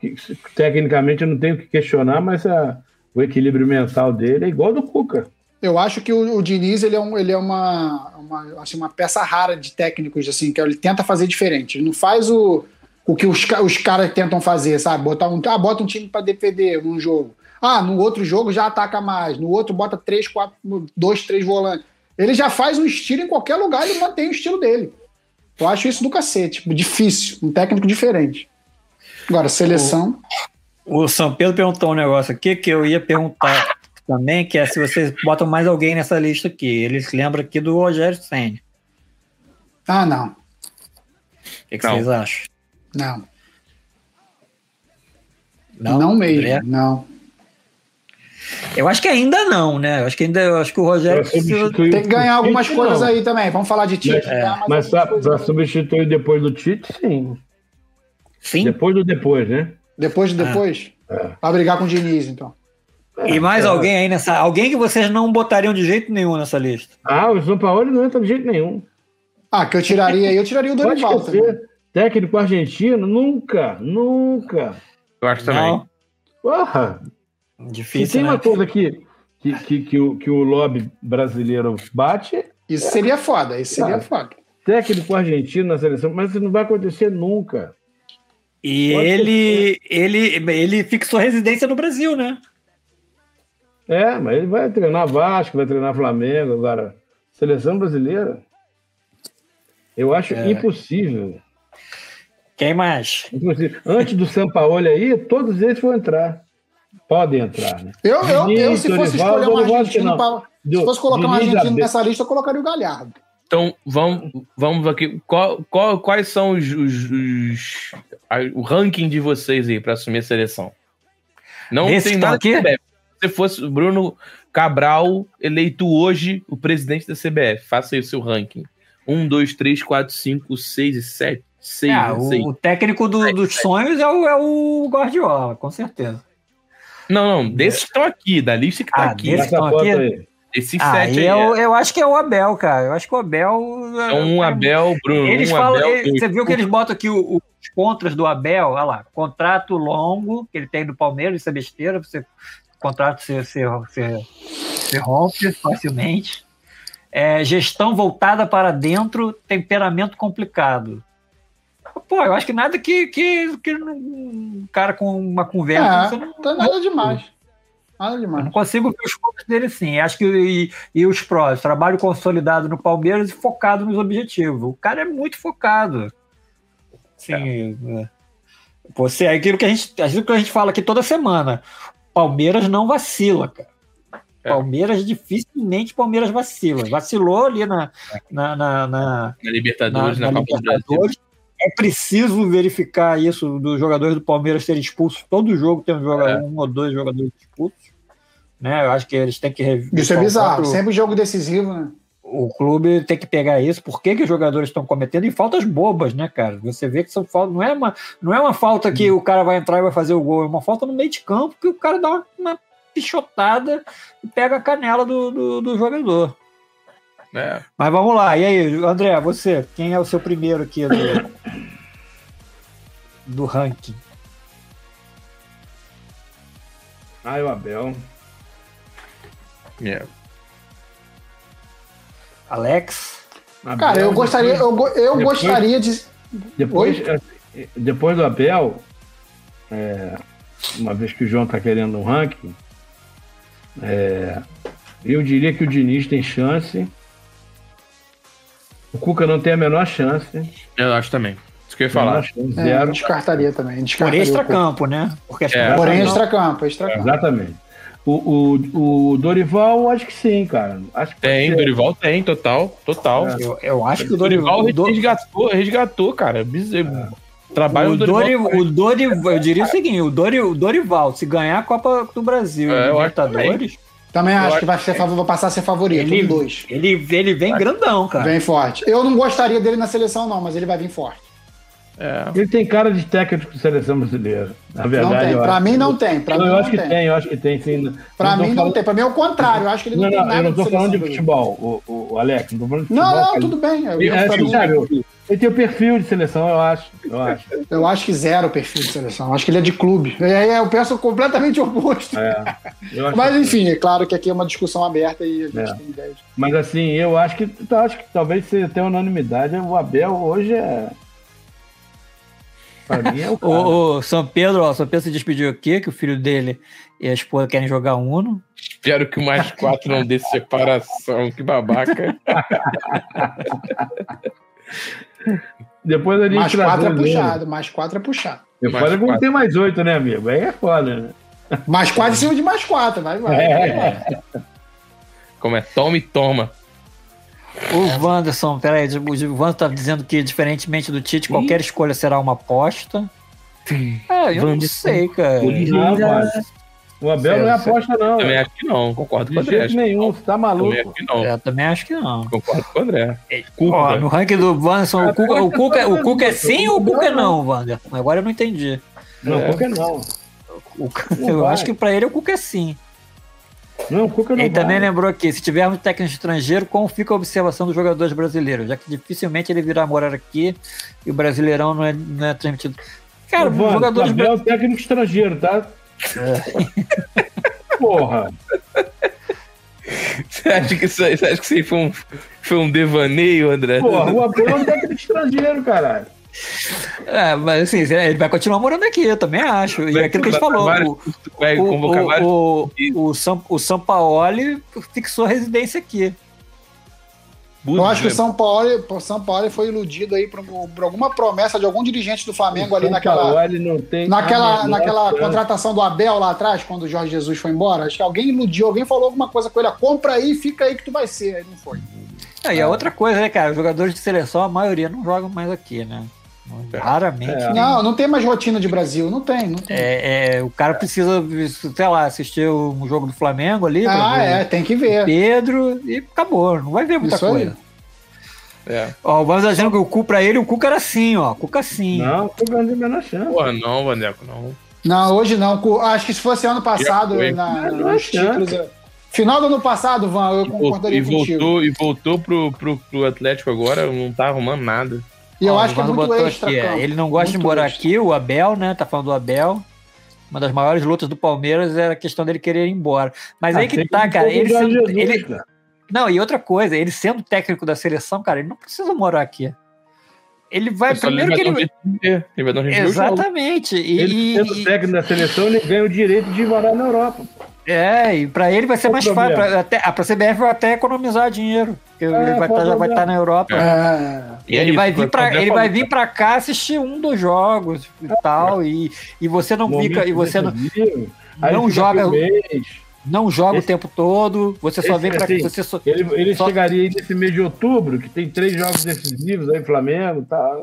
C: que- Tecnicamente eu não tenho o que questionar, mas a- o equilíbrio mental dele é igual ao do Cuca.
D: Eu acho que o, o Diniz ele é, um- ele é uma, uma, assim, uma peça rara de técnicos, assim, que ele tenta fazer diferente. Ele não faz o, o que os, ca- os caras tentam fazer, sabe? Botar um, ah, bota um time para defender num jogo. Ah, no outro jogo já ataca mais. No outro bota três, quatro, dois, três volantes. Ele já faz um estilo em qualquer lugar, ele mantém o estilo dele. Eu acho isso do cacete. tipo, Difícil. Um técnico diferente. Agora, seleção.
A: O São Pedro perguntou um negócio aqui que eu ia perguntar também, que é se vocês botam mais alguém nessa lista aqui. Ele se lembra aqui do Rogério Senna.
D: Ah, não.
A: O que, que
B: Não.
A: vocês acham?
D: Não. Não, mesmo.
A: André?
D: Não.
A: Eu acho que ainda não, né? Eu acho que ainda eu acho que o Rogério
C: Pra
A: precisa.
C: substituir
D: Tem É que ganhar
C: o
D: algumas
C: Tite,
D: coisas
C: não.
D: aí também. Vamos falar de time. né?
C: Mas- Mas para substituir depois do Tite, sim.
A: Sim.
C: Depois do depois, né?
D: Depois de depois?
C: É.
D: Pra brigar com o Diniz, então.
B: *laughs*
A: E
B: É.
A: mais alguém aí nessa. Alguém que vocês não botariam de jeito nenhum nessa lista.
C: Ah, o São Paulo não entra de jeito nenhum.
D: Ah, que eu tiraria aí, eu tiraria o
C: Pode
D: Dorival também.
C: esquecer. Técnico argentino, nunca, nunca.
B: Eu acho também.
A: Não.
C: Porra! Se
A: Difícil.
C: tem
A: Né?
C: uma coisa que, que, que, que o, que o lobby brasileiro bate,
D: Isso seria foda, isso seria
C: Cara.
D: foda.
C: técnico argentino na seleção, mas isso não vai acontecer nunca.
A: E
C: Pode
A: ele, ele, ele fixou residência no Brasil, né?
C: É, mas ele vai treinar Vasco, vai treinar Flamengo, agora. Seleção brasileira. Eu acho
A: É.
C: impossível.
A: Quem mais?
C: Impossível. Antes do Sampaoli aí, todos eles vão entrar. Podem entrar, né?
D: Eu, eu, eu
C: Diniz,
D: se fosse
C: Dorival,
D: escolher um
C: Dorival,
D: argentino
C: não.
D: pra, Se
C: Do-
D: fosse colocar um
C: Diniz,
D: argentino
C: Abel-
D: nessa lista, eu colocaria o Galhardo.
B: Então, vamos, vamos aqui. Qual- qual- quais são os, os- os- a- o ranking de vocês aí para assumir a seleção? Não
A: Esse
B: tem
A: que tá
B: nada
A: aqui?
B: de CBF. Se fosse o Bruno Cabral eleito hoje o presidente da CBF, faça aí o seu ranking. Um, dois, três, quatro, cinco, seis e sete. Seis,
A: Ah,
B: né? Seis.
A: o, o técnico do- dos sonhos é o, é o Guardiola, com certeza.
B: Não, não, desses que estão aqui, da lista que tá
A: Ah,
B: aqui.
A: desse-
C: Essa
A: estão
C: foto
A: aqui?
C: aí.
B: Esses
A: Ah,
B: sete aí.
A: e eu, eu acho que é o Abel, cara. Eu acho que o Abel.
B: É um Abel, Bruno,
A: Eles
B: um
A: falam,
B: Abel.
A: ele-
B: dois.
A: você viu que eles botam aqui o- os contras do Abel, olha lá, contrato longo que ele tem do Palmeiras, isso é besteira, você contrato se, se, se, se rompe facilmente. É, gestão voltada para dentro, temperamento complicado. Pô, eu acho que nada que, que, que não- um cara com uma conversa,
D: É,
A: você não,
D: não tem nada demais. Nada
A: eu
D: demais.
A: não consigo ver os pontos dele sim. Acho que e, e os prós, trabalho consolidado no Palmeiras e focado nos objetivos. O cara é muito focado. Sim. é. Você é aquilo que a gente, aquilo que a gente fala aqui toda semana. Palmeiras não vacila, cara.
B: É.
A: Palmeiras dificilmente Palmeiras vacila. Vacilou ali na- na- na- na
B: Na Libertadores, na,
A: na
B: Copa do Brasil.
A: Libertadores. É preciso verificar isso dos jogadores do Palmeiras serem expulsos. Todo jogo tem um, joga-
B: É.
A: um ou dois jogadores expulsos. Né? Eu acho que eles têm que rever.
D: é Isso é bizarro. Sempre jogo decisivo, né?
A: O, o clube tem que pegar isso, por que, que os jogadores estão cometendo, e faltas bobas, né, cara? Você vê que são faltas, não é uma, não é uma falta que o cara vai entrar e vai fazer o gol, é uma falta no meio de campo que o cara dá uma, uma pichotada e pega a canela do, do, do jogador.
B: É.
A: Mas vamos lá, e aí, André, você, quem é o seu primeiro aqui do, do ranking?
C: Ai, o Abel.
B: é.
A: Alex?
C: Abel,
D: Cara, eu gostaria, eu, go- eu
C: Ah, depois-
D: gostaria de. é,
C: Depois, eh, depois do Abel, é, uma vez que o João tá querendo um ranking, é, eu diria que o Diniz tem chance. O Cuca não tem a menor chance.
B: É, Eu acho também. Isso que eu ia
C: Menor
B: falar.
C: chance,
D: É,
C: zero.
D: descartaria também.
A: Por
D: Descartaria o Cuca.
A: extra-campo, né? Porque as
B: É.
A: conversas
D: Porém,
A: não-
D: extracampo,
C: É,
D: extracampo.
C: Exatamente. O, o, o Dorival, acho que sim, cara. Acho que
B: Tem,
C: pode ser. É.
B: Dorival tem, total, total.
A: Eu, eu acho que o
B: O Dorival,
A: Dorival. o Do-
B: resgatou, resgatou, cara.
C: É.
B: Bizarro. Trabalho
A: O
B: do Dorival.
A: Dorival, o Dorival, eu diria o seguinte: o Dori- o Dorival, se ganhar a Copa do Brasil
B: É,
A: e
B: eu acho
A: Libertadores,
D: Também acho
B: acho
D: que vai,
C: é.
D: ser, favor- vai passar a ser favorito.
A: Ele-
D: Um, dois.
A: ele, ele vem grandão,
C: Tá.
A: cara.
D: Vem forte. Eu não gostaria dele na seleção, não, mas ele vai vir forte.
B: É.
C: Ele tem cara de técnico de seleção brasileira. Na
D: não
C: verdade,
D: tem.
C: eu
D: Pra
C: acho.
D: mim não tem. Pra
C: Não,
D: mim
C: eu
D: não
C: acho que
D: tem.
C: tem, eu acho que tem, sim.
D: Pra
C: Eu tô
D: mim não
C: falando-
D: tem. Pra mim é o contrário. Eu acho que ele não,
C: Não,
D: tem
C: não,
D: nada
C: eu não tô
D: de
C: falando de
D: seleção
C: futebol, o, o, o Alex, não tô falando de
D: brasileira.
C: futebol.
D: Não, não,
C: cara.
D: tudo bem. Eu,
C: Ele-
D: eu
C: é,
D: faria-
C: assim, sabe, eu- ele tem o perfil de seleção, eu acho. Eu acho.
D: *laughs* eu acho que zero o perfil de seleção. Eu acho que ele é de clube. E aí eu penso completamente *laughs* oposto.
C: é, Eu acho
D: Mas
C: que-
D: enfim, é claro que aqui é uma discussão aberta e a gente
C: É.
D: tem ideia. de-
C: Mas assim, eu acho que, tá, acho que talvez seja até unanimidade. O Abel hoje é. Pra mim é
B: *laughs*
C: o
A: O,
C: cara.
A: São Pedro, ó, São Pedro se despediu aqui, que o filho dele e a esposa querem jogar Uno.
B: Espero que o mais quatro não dê separação. Que babaca.
C: Depois a gente
D: Mais
C: traz
D: quatro é
C: um dele.
D: puxado, mais quatro é puxado.
C: Depois
B: Mais
C: é como
B: quatro.
C: tem mais oito, né, amigo? Aí é foda, né?
D: Mais quatro em cima de mais quatro, vai, vai.
C: É.
B: Como é? Toma e toma.
A: O Wanderson, peraí, o Wanderson tá dizendo que, diferentemente do Tite, qualquer escolha será uma aposta. É, eu não
B: Wanderson.
A: sei, cara.
C: Não, mas o Abel não é
B: Sério,
C: aposta, não.
B: Também acho que não. Concordo com o
C: De
B: André.
C: jeito
B: Acho que
C: nenhum, você tá
B: Também é acho
C: maluco.
B: que não.
A: Eu também acho que não.
B: Concordo com o André.
C: É.
A: Ó,
B: Curva.
A: no ranking do Wanderson, o Cuca, o Cuca, o Cuca é sim ou o Cuca é não, Wanderson? Agora eu não entendi.
C: Não,
B: É.
C: Cuca não.
A: O Cuca-
C: Não
A: eu
C: vai.
A: acho que pra ele o Cuca é sim.
C: Não, Cuca não.
A: Ele também é
C: vai.
A: lembrou aqui, se tivermos técnico estrangeiro, como fica a observação dos jogadores brasileiros? Já que dificilmente ele virá morar aqui e o brasileirão não é, não é transmitido. Cara,
C: Giovanni,
A: jogadores
C: Abel é um técnico estrangeiro, tá?
D: É.
C: *laughs* Porra.
B: Você acha que isso, aí- você acha que isso aí foi um, foi um devaneio, André?
C: Porra, o Abel é um técnico estrangeiro, caralho.
A: bra- É, mas assim, ele vai continuar morando aqui, eu também acho. E é aquilo que a gente falou.
B: Vários-
A: o-
B: Vai
A: o,
B: convocar vários.
A: o, o, o, São, o Sampaoli fixou residência aqui.
B: né?
D: Eu acho que o São Paulo, o São Paulo foi iludido aí por, por alguma promessa de algum dirigente do Flamengo ali
C: São
D: um naquela,
C: Paulo, ele não tem a
D: naquela,
C: menor
D: naquela
A: é.
C: chance.
D: contratação do Abel lá atrás, quando o Jorge Jesus foi embora. Acho que alguém iludiu, alguém falou alguma coisa com ele. ó, Compra aí, fica aí que tu vai ser. Aí não foi.
A: Ah, e a outra coisa, né, cara? Os jogadores de seleção, a maioria não jogam mais aqui, né? Raramente. né?
C: É.
D: Não, não tem mais rotina de Brasil. Não tem, não tem.
A: É, é, o cara precisa, sei lá, assistir um jogo do Flamengo ali. pra
D: ah,
A: ver né?
D: é, tem que
A: o
D: ver.
A: Pedro e acabou, não vai ver muita
D: Isso aí.
A: coisa.
B: É.
A: Ó, o Vamos achando que o cu pra ele, o Cuca era assim, ó. Cuca sim.
C: Não, o Cuca não tem a menor chance.
B: Porra, não, Vandeco, não.
D: Não, hoje não. Co- Acho que se fosse ano passado,
B: Já foi.
A: Ah,
D: na,
C: Não, não é
D: nos títulos. Final do ano passado, Van, eu
B: E vol-
D: concordaria
B: E
D: contigo.
B: voltou, e voltou pro, pro, pro Atlético agora, não tá arrumando nada.
D: E eu
A: Ó,
D: acho que é
A: o Vando
D: muito
A: botou
D: extra.
A: aqui, é,
D: campo.
A: Ele não gosta
D: Muito
A: de morar
D: extra.
A: aqui, o Abel, né? Tá falando do Abel. Uma das maiores lutas do Palmeiras era a questão dele querer ir embora. Mas aí que
C: Ah, Tem
A: tá,
C: ser
A: cara.
C: o
A: Ele,
C: Jorge
A: sendo-
C: Jesus,
A: ele-
C: cara.
A: Não, e outra coisa, ele sendo técnico da seleção, cara, ele não precisa morar aqui. Ele vai.
B: Eu só
A: Primeiro que
B: ele vai
A: ele.
B: dar um jeito de ver. Ele vai dar um jeito de ver o jogo.
A: Exatamente. E,
C: é Ele
A: e-
C: sendo técnico da seleção, ele ganha o direito de morar na Europa.
A: É, e pra ele vai ser
C: Qual
A: mais
C: o
A: fácil.
C: problema? Ah,
A: Pra, até, a pra CBF vai até economizar dinheiro. Porque ele vai
C: qual
A: tá-
C: o
A: já vai
C: problema?
A: estar na Europa.
D: É.
B: E é
A: ele
B: isso,
A: vai
B: foi o
A: vir
B: que o
A: para
B: André
A: ele
B: falou, né?
A: vai vir para cá assistir um dos jogos e tal e, e você não fica e você não,
C: decisivo. Aí
A: não
C: ele fica
A: joga-
C: um mês.
A: não joga
C: Esse-
A: o tempo todo você só
C: esse
B: é
A: vem para
C: assim,
A: você só
C: Ele, ele
A: Só-
C: chegaria aí nesse mês de outubro, que tem três jogos decisivos aí, Flamengo, tá.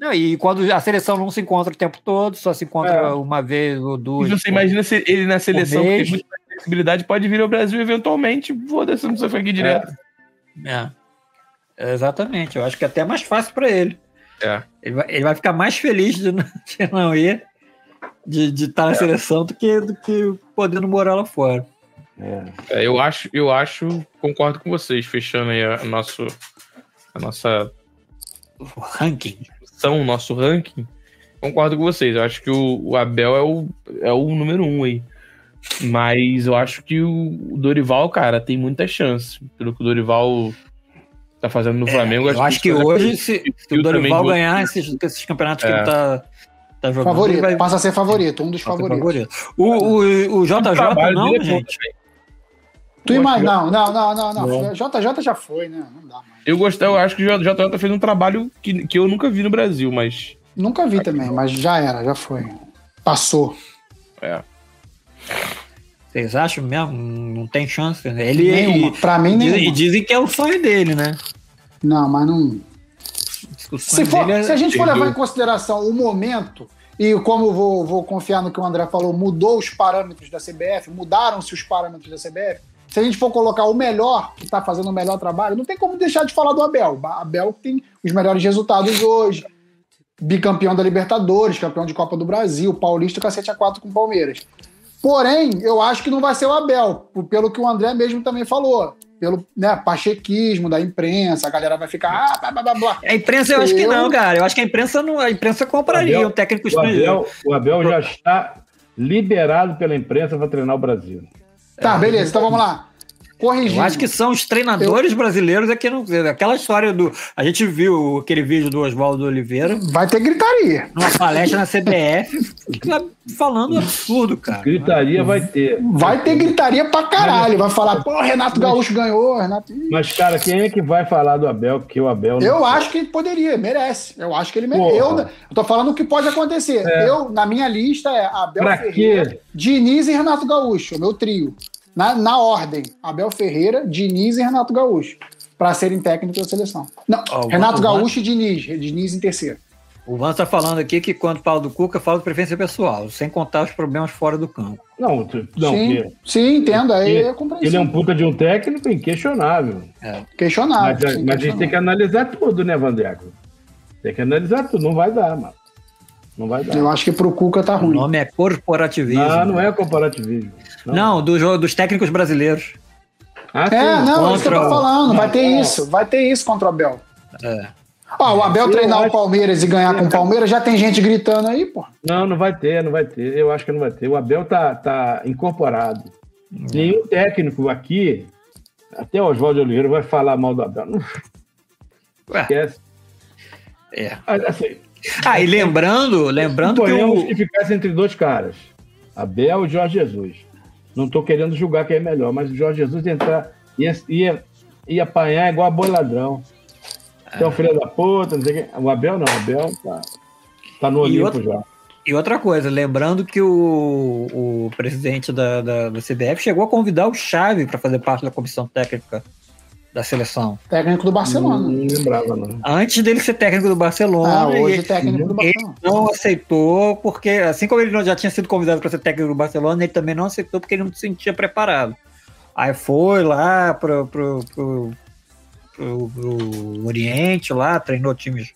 A: não, e quando a seleção não se encontra o tempo todo só se encontra
C: É.
A: uma vez ou duas
B: E você imagina se ele na seleção, que tem
A: mês.
B: muita flexibilidade, pode vir ao Brasil eventualmente. Foda-se, não precisa ficar aqui direto.
A: É. É, Exatamente, eu acho que é até mais fácil para ele.
B: É.
A: Ele vai, ele vai ficar mais feliz de não, *laughs* de não ir, de estar na seleção, do que, do que podendo morar lá fora.
B: É, eu acho, eu acho, concordo com vocês, fechando aí a, a nosso, a nossa
A: O ranking.
B: são, o nosso ranking. Concordo com vocês, eu acho que o, o Abel é o, é o número um aí. Mas eu acho que o o Dorival, cara, tem muita chance. Pelo que o Dorival tá fazendo no Flamengo.
A: É, Eu acho que
B: ele vai-
A: hoje, se, se o
B: perfil também
A: Dorival
B: de outro-
A: ganhar esses, esses campeonatos que
B: É.
A: ele tá, tá jogando,
D: Favorito,
A: ele vai
D: passa a ser favorito, um dos
A: ser
D: favoritos.
A: favorito. O, o, o JJ
B: trabalho
A: não,
B: dele é bom
A: gente.
B: também.
D: Tu imagina, não, não, não, não, não,
B: Não.
D: JJ já foi, né? Não dá mais.
B: Eu gostei, eu acho que o JJ fez um trabalho que, que eu nunca vi no Brasil, mas.
D: Nunca vi também, mas já era, já foi. Passou.
B: É.
A: Vocês acham mesmo? Não tem chance. né? Ele,
D: nenhuma.
A: ele-
D: pra mim,
A: diz-
D: nenhuma.
A: e dizem que é o sonho dele, né?
D: Não, mas não.
A: O sonho
D: Se, for,
A: dele é-
D: se a gente for
B: Entendeu?
D: levar em consideração o momento, e como eu vou, vou confiar no que o André falou, mudou os parâmetros da CBF, mudaram-se os parâmetros da CBF. Se a gente for colocar o melhor, que está fazendo o melhor trabalho, não tem como deixar de falar do Abel. Ba- Abel tem os melhores resultados hoje. Bicampeão da Libertadores, campeão de Copa do Brasil, paulista, cacete a quatro com o Palmeiras. Porém, eu acho que não vai ser o Abel, p- pelo que o André mesmo também falou. Pelo né, pachequismo da imprensa, a galera vai ficar. Ah, blá, blá, blá, blá.
A: A imprensa eu acho que
D: Eu-
A: não, cara. Eu acho que a imprensa não, a imprensa compraria
C: Abel-
A: um técnico
C: O
A: estrangeiro.
C: Abel, o Abel já está liberado pela imprensa para treinar o Brasil. É.
D: Tá, beleza, então vamos lá. Corrigindo.
A: Eu acho que são os treinadores brasileiros é que não. Aquela história do. A gente viu aquele vídeo do Oswaldo Oliveira
D: Vai ter gritaria.
A: numa palestra na CBF falando um absurdo, cara.
C: Gritaria vai ter.
D: Vai ter gritaria pra caralho. Vai falar, pô, Renato Gaúcho ganhou, Renato. Ih,
C: Mas, cara, quem é que vai falar do Abel? Que o Abel não-
D: Eu acho que ele poderia, merece. Eu acho que ele merece. Eu,
C: Porra. É.
D: eu tô falando o que pode acontecer. Eu, na minha lista, é Abel
C: Pra
D: Ferreira,
C: quê?
D: Diniz e Renato Gaúcho, o meu trio. Na, na ordem, Abel Ferreira, Diniz e Renato Gaúcho. Pra serem técnicos da seleção.
C: Ah,
D: Não,
A: Ó, o
D: Renato
A: Vanzo-
D: Gaúcho e Diniz. Diniz em terceiro.
A: O Vans tá falando aqui que quando fala do Cuca, fala de preferência pessoal, sem contar os problemas fora do campo.
C: Não, tu- não
D: sim,
C: que-
D: sim, entendo. Aí
C: Ele-
D: é
C: ele é
D: compreensível.
C: um puta de um técnico inquestionável.
D: Questionável.
C: Mas, a-
D: Ah, sim,
C: mas a gente tem que analisar tudo, né, Vandreco? Tem que analisar tudo. Não vai dar, mano. Não vai dar.
D: Eu acho que pro Cuca tá
A: O
D: ruim.
A: nome é corporativismo.
C: Não, não é comparativismo.
A: Não, do jogo, dos técnicos brasileiros.
C: Ah, sim.
D: É, não, é isso que eu
A: Contra
D: tô
A: o-
D: falando. Vai ter
C: Não,
D: isso, vai ter isso contra o Abel.
A: É.
D: Ó, o Abel
C: Eu
D: treinar o
C: acho-
D: Palmeiras e ganhar com o Palmeiras, já tem gente gritando aí, pô.
C: Não, não vai ter, não vai ter. Eu acho que não vai ter. O Abel tá, tá incorporado. Nenhum técnico aqui, até o Oswaldo Oliveira, vai falar mal do Abel. Não
A: Ué,
C: esquece.
A: é.
C: Assim,
A: Ah, e lembrando, lembrando que
C: suponhamos que,
A: o.
C: ficasse entre dois caras, Abel e Jorge Jesus. Não estou querendo julgar quem é melhor, mas o Jorge Jesus ia entrar, ia, ia, ia apanhar igual a boi ladrão.
A: Ah.
C: Então, filho da puta, não sei o quê. O Abel não, o Abel tá, tá no
A: E
C: Olimpo
A: outro-
C: já.
A: E outra coisa, lembrando que o, o presidente da, da, da CBF chegou a convidar o Chave para fazer parte da comissão técnica da seleção.
D: Técnico do
C: Não,
D: Barcelona.
C: lembrava, não.
A: Antes dele ser técnico do Barcelona,
D: Ah, hoje
A: e-
D: técnico do Barcelona.
A: não aceitou, porque assim como ele não- já tinha sido convidado para ser técnico do Barcelona, ele também não aceitou porque ele não se sentia preparado. Aí foi lá pro, pro, pro, pro- pro Oriente, lá, treinou times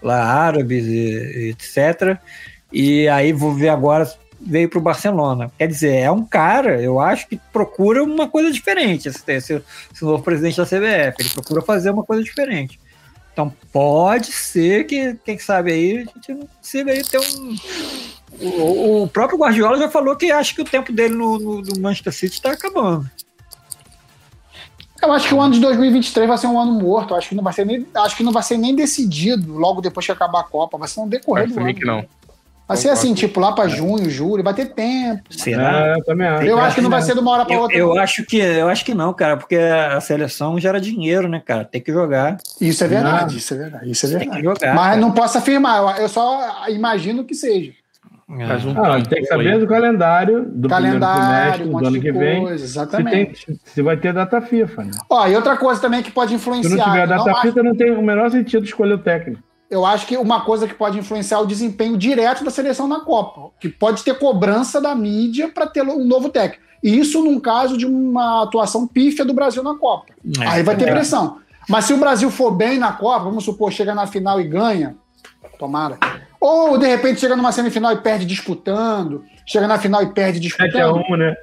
A: lá árabes e, e etc. E aí vou ver agora veio pro Barcelona. Quer dizer, é um cara, eu acho que procura uma coisa diferente esse, esse, esse novo presidente da CBF. Ele procura fazer uma coisa diferente. Então pode ser que, quem sabe aí, a gente não consiga aí ter um. O, o próprio Guardiola já falou que acha que o tempo dele no, no- no Manchester City está acabando.
D: Eu acho que o ano de 2023 vai ser um ano morto. Eu Acho que não vai ser nem, acho que não vai ser nem decidido logo depois que acabar a Copa. Vai ser um
A: é
D: decorrer
B: Acho
D: do ano.
B: também que não.
D: Vai ser assim, tipo, lá pra junho, julho, vai ter tempo.
A: Será?
C: É, eu também acho.
D: Eu acho que não vai ser de uma hora pra
A: Eu,
D: outra.
A: eu acho que, eu acho que não, cara, porque a seleção gera dinheiro, né, cara? Tem que jogar.
D: Isso é verdade,
C: Não.
D: isso é verdade, isso é
A: Tem que
D: verdade.
A: jogar.
D: Mas não posso afirmar, eu- eu só imagino que seja.
A: É.
B: Faz um
C: Ah,
B: tempo
C: tem que
B: aí.
C: saber do calendário do
D: calendário, um
C: primeiro
D: monte
C: trimestre
D: de
C: do ano que vem.
D: coisa,
C: Se,
D: exatamente.
C: tem, se- se vai ter data FIFA. Né?
D: Ó, e outra coisa também que pode
C: Se
D: influenciar.
C: não tiver
D: eu,
C: data
D: não acho-
C: FIFA, não tem o menor sentido escolher o técnico.
D: eu acho que uma coisa que pode influenciar é o desempenho direto da seleção na Copa, que pode ter cobrança da mídia para ter um novo técnico. E isso num caso de uma atuação pífia do Brasil na Copa.
A: É.
D: Aí vai ter pressão. Mas se o Brasil for bem na Copa, vamos supor, chega na final e ganha, tomara. Ou, de repente, chega numa semifinal e perde disputando, chega na final e perde
C: 7x1,
D: disputando.
C: né?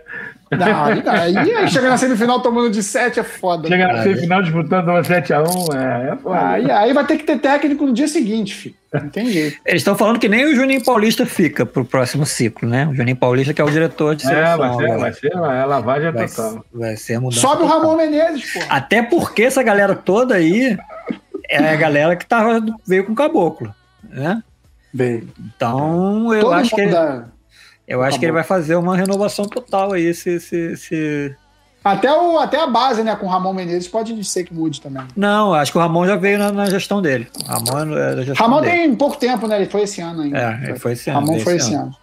D: Não, aí dá. E aí chega na semifinal tomando de 7 é foda.
C: Chega na semifinal disputando uma 7x1, é, é foda.
D: Aí, Ah, aí vai ter que ter técnico no dia seguinte, filho. Não tem jeito.
A: Eles estão falando que nem o Juninho Paulista fica pro próximo ciclo, né? O Juninho Paulista que é o diretor de
C: É,
A: seleção.
C: vai ser,
A: agora.
C: vai ser, é lavagem
A: Vai-
C: total.
A: vai ser a mudança.
D: Sobe o Ramon Menezes, pô.
A: Até porque essa galera toda aí é a galera que tava, veio com o caboclo, né? Então, eu
D: Todo
A: acho que
D: mundo
A: ele,
D: dá-
A: eu acho que ele vai fazer uma renovação total aí, se, se, se...
D: Até, o, até a base, né, com o Ramon Menezes pode ser que mude também.
A: Não, acho que o Ramon já veio na, na gestão dele. O Ramon é da gestão
D: Ramon
A: dele.
D: tem pouco tempo, né? Ele foi esse ano ainda.
A: É, ele foi esse ano,
D: Ramon
A: veio
D: foi
A: esse
D: esse
A: ano.
D: ano.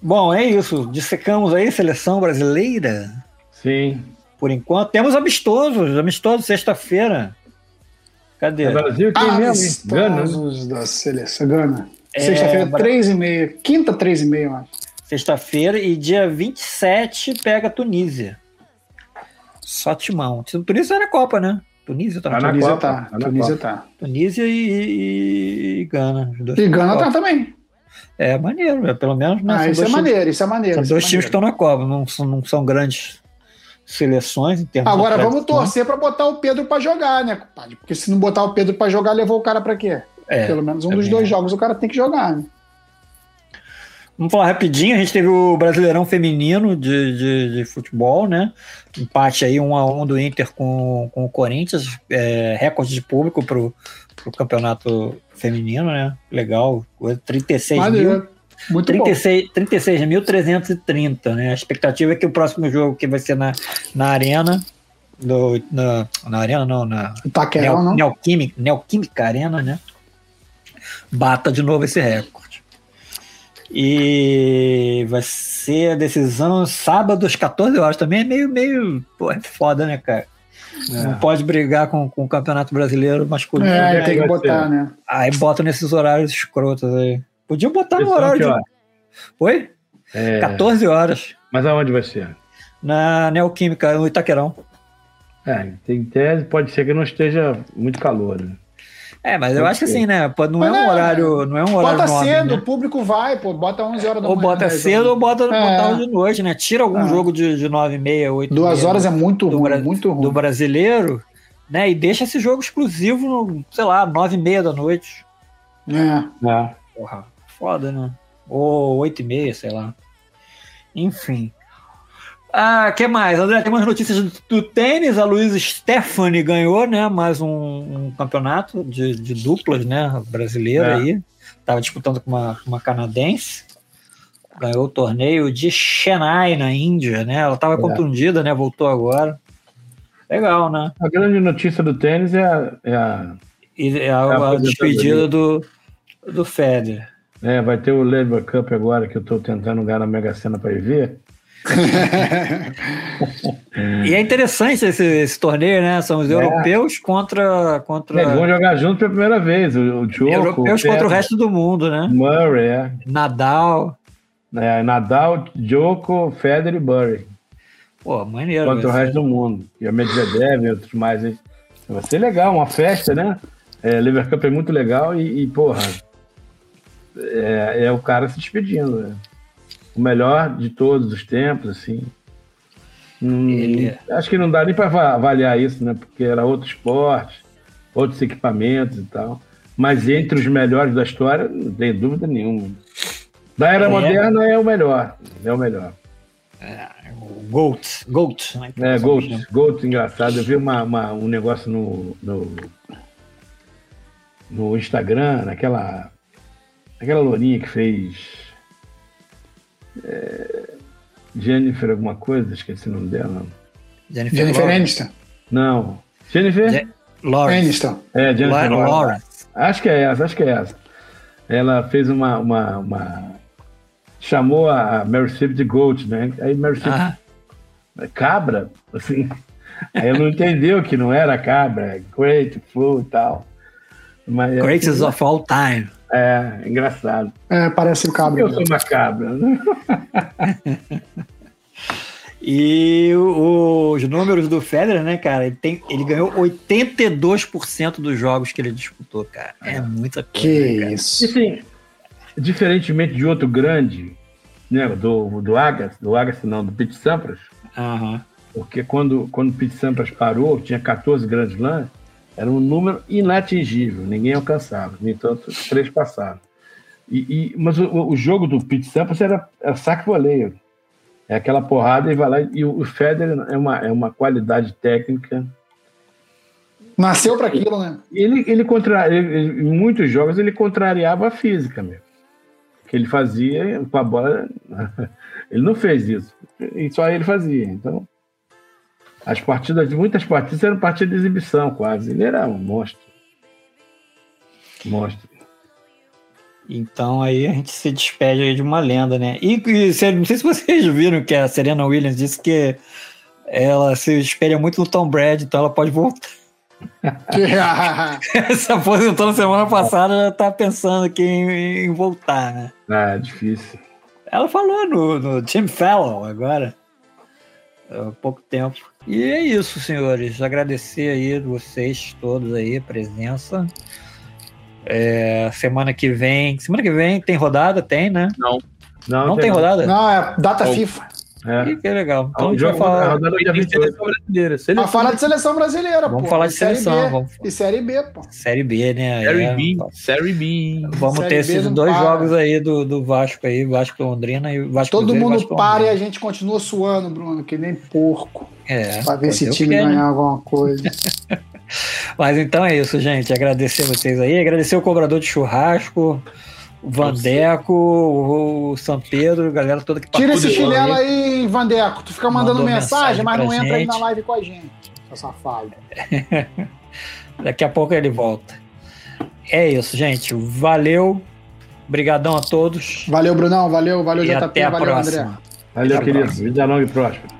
A: Bom, é isso. Dissecamos aí seleção brasileira.
C: Sim.
A: Por enquanto, temos amistosos, amistosos sexta-feira. Cadê?
C: O Brasil
D: Ah,
C: quem mesmo?
D: tá
C: hein? Gana.
A: Tá
C: né?
D: Amistosos da seleção. Gana.
A: É,
D: Sexta-feira,
A: Bra-
D: 3h30. Quinta, 3h30, eu acho.
C: Tá
A: Sexta-feira e dia 27 pega a Tunísia. Só timão. Tunísia era Copa, né? Tunísia tá
C: Tá
A: na
C: na-
D: Tunísia
C: Copa,
D: tá.
C: tá na
D: Tunísia tá.
A: Tunísia e, e- e Gana. os dois
D: E
A: na
D: Gana
A: Copa.
D: tá também.
A: É maneiro, é, pelo menos né,
D: Ah,
A: são
D: isso é
A: dois times-
D: maneiro, isso é maneiro.
A: são
D: isso é
A: dois times que
D: maneiro.
A: estão na Copa, não são, não são grandes seleções em termos de
D: Agora vamos
A: tradição.
D: torcer pra botar o Pedro pra jogar, né, compadre? Porque se não botar o Pedro pra jogar, levou o cara pra quê?
A: É,
D: Pelo menos um
A: também
D: dos dois
A: é.
D: jogos o cara tem que jogar, né?
A: Vamos falar rapidinho, a gente teve o Brasileirão Feminino de, de, de futebol, né? Empate aí 1 a 1 do Inter com, com o Corinthians, é, recorde de público pro, pro campeonato feminino, né? Legal, coisa, 36 mil.
D: Maneiro. é Muito bom.
A: 36 36.330, né? A expectativa é que o próximo jogo que vai ser na, na Arena, do, na, na Arena não, na
D: Itaquerão,
A: Neo,
D: não?
A: Neoquímica, Neoquímica Arena, né? Bata de novo esse recorde. E vai ser a decisão sábado às 14 horas. Também é meio, meio pô, é foda, né, cara? Não pode brigar com, com o Campeonato Brasileiro masculino.
D: É,
C: Aí
D: tem que
C: vai
D: botar,
C: ser.
D: né?
A: Aí botam nesses horários escrotos aí. Podia botar no
C: Seleção
A: horário
C: que
A: de.
C: hora?
A: Oi?
C: É,
A: 14 horas.
C: Mas aonde vai ser?
A: Na Neoquímica, no Itaquerão.
C: É, tem tese, pode ser que não esteja muito calor. né?
A: É, mas eu
C: Pode
A: acho que
C: ser.
A: assim, né? pô, Não é
D: Mas
A: um
D: é, tá
A: horário. Não é um horário
D: Bota
A: nobre,
D: cedo,
A: né?
D: o público vai, pô. Bota 11 horas da
A: Ou
D: manhã.
A: bota
D: né,
A: cedo ou bota
D: É.
A: botar de noite, né? Tira algum
D: É.
A: jogo de, de 9 e meia, 8
D: Duas horas é muito
A: do
D: ruim,
A: Bra-
D: muito
A: do
D: ruim.
A: brasileiro, né? E deixa esse jogo exclusivo, no, sei lá, 9 e meia da noite.
D: É.
C: Ah,
A: Porra, foda, né? Ou 8 e meia, sei lá. Enfim. Ah, que mais? André, tem umas notícias do, do tênis. A Luiz Stephanie ganhou, né? Mais um, um campeonato de, de duplas, né? Brasileira
C: É.
A: aí. Tava disputando com uma, uma canadense. Ganhou o torneio de Chennai, na Índia, né? Ela tava
C: É.
A: contundida, né? Voltou agora. Legal, né?
C: A grande notícia do tênis é a. é a-
A: E
C: É,
A: a, a
C: aposentadoria.
A: despedida do, do Federer.
C: é, vai ter o Labour Cup agora que eu tô tentando ganhar na Mega Sena para ir ver.
A: E é interessante esse, esse torneio, né? São
C: É.
A: os europeus contra. contra
C: Eles vão jogar junto pela primeira vez. O, o Djokovic,
A: europeus
C: É, Federer,
A: contra o resto do mundo, né?
C: Murray, é.
A: Nadal.
C: É, Nadal, Djoko, Federer e Murray.
A: Pô, maneiro. né?
C: Contra o
A: vai ser.
C: resto do mundo. E a Medvedev e outros mais aí. Vai ser legal, uma festa, né? É, Labour Cup é muito legal e, e, porra, é, é o cara se despedindo. né? O melhor de todos os tempos, assim. Hum,
A: Ele- é.
C: Acho que não dá nem para avaliar isso, né? Porque era outro esporte, outros equipamentos e tal. Mas entre os melhores da história, não tem dúvida nenhuma. Da era
A: É.
C: moderna é o melhor. É o melhor.
A: O Goat. Goat. né?
C: É, Gold, Gold, engraçado. Eu vi uma, uma- um negócio no, no, no Instagram, naquela, naquela lourinha que fez é, Jennifer alguma coisa, esqueci o nome dela.
A: Jennifer,
D: Jennifer
A: Lawrence.
D: Aniston.
C: Não. Jennifer?
A: Je- Lawrence.
D: Aniston.
C: é, Jennifer
A: Lawrence.
C: Lawrence. Acho que é essa, acho que é essa. Ela fez uma... uma, uma- chamou a Mary Streep de Gold, né? Aí Mary Streep
A: Ah,
C: cabra, assim. Aí eu não entendeu que não era cabra, great, flu e tal. Mas assim,
A: Greatest of all time.
C: é, é engraçado.
D: É, parece o Cabra.
C: Eu sou uma cabra, né?
A: E o- os números do Federer, né, cara? Ele, tem, ele ganhou 82% dos jogos que ele disputou, cara. É muita coisa. né,
D: Que
A: cara?
C: E
D: isso.
C: sim, diferentemente de outro grande, né, do, do Agassi, do Agassi não, do Pete Sampras,
A: Aham.
C: porque quando, quando o Pete Sampras parou, tinha 14 grandes lãs, era um número inatingível, ninguém alcançava, no entanto, três passaram. E, e- mas o, o jogo do Pete Sampras era, era saque voleio. É aquela porrada e vai lá. E o, o Federer é uma, é uma qualidade técnica.
D: Nasceu para aquilo, né?
C: Ele, ele, contra, ele- ele- em muitos jogos ele contrariava a física mesmo. Que ele fazia com a bola. *laughs* ele não fez isso. E só ele fazia. Então, as partidas, muitas partidas eram partidas de exibição quase. Ele era um monstro. Monstro.
A: Então aí a gente se despede aí de uma lenda, né? E, e se- não sei se vocês viram que a Serena Williams disse que ela se espelha muito no Tom Brady, então ela pode voltar. *laughs* se aposentou na semana passada, já tá pensando aqui em, em voltar, né?
C: Ah, difícil.
A: Ela falou no, no Tim Fallon agora. Há pouco tempo. E é isso, senhores. Agradecer aí vocês todos aí, a presença. É, semana que vem. Semana que vem tem rodada? Tem, né?
C: Não,
A: Não tem rodada?
D: *laughs* Não, é data FIFA.
C: É.
A: Ih, que legal. Então a
C: o
A: gente vai
B: um
C: jogo a
A: falar.
C: rodada é dia
B: Tem
C: 28.
B: seleção brasileira.
D: Mas
B: Seleção
D: falar de seleção brasileira,
A: Vamos
D: pô.
A: falar de
D: E Série
A: seleção.
D: B.
A: Vamos...
D: E Série B, pô.
A: Série B, né? Aí
B: Série
A: é-
B: B. Série B.
A: Vamos
D: Série
A: ter
D: B
A: esses
D: não
A: dois
D: para.
A: jogos aí do, do Vasco aí, Vasco e Londrina e Vasco
D: Todo
A: Cruzeiro e
D: mundo
A: Vasco
D: para e
A: Londrina.
D: a gente continua suando, Bruno, que nem porco.
A: É,
D: pra ver se
A: fazer
D: o
A: o
D: time
A: quê, né?
D: ganhar alguma coisa.
A: Mas então é isso, gente. Agradecer vocês aí. Agradecer o cobrador de churrasco, o Vandeco, o o São Pedro, a galera toda que
D: Tira esse
A: participou
D: chinelo
A: aí.
D: aí, Vandeco. Tu fica mandando
A: Mandou
D: mensagem,
A: mensagem
D: mas
A: pra
D: não entra aí
A: gente.
D: na live com a gente. Seu safado.
A: Daqui a pouco ele volta. É isso, gente. Valeu. Obrigadão a todos.
D: Valeu, Brunão. Valeu, valeu,
A: e
D: JP.
A: até a
D: valeu,
A: próxima.
D: André.
C: Valeu, querido. Vida longa e próspera.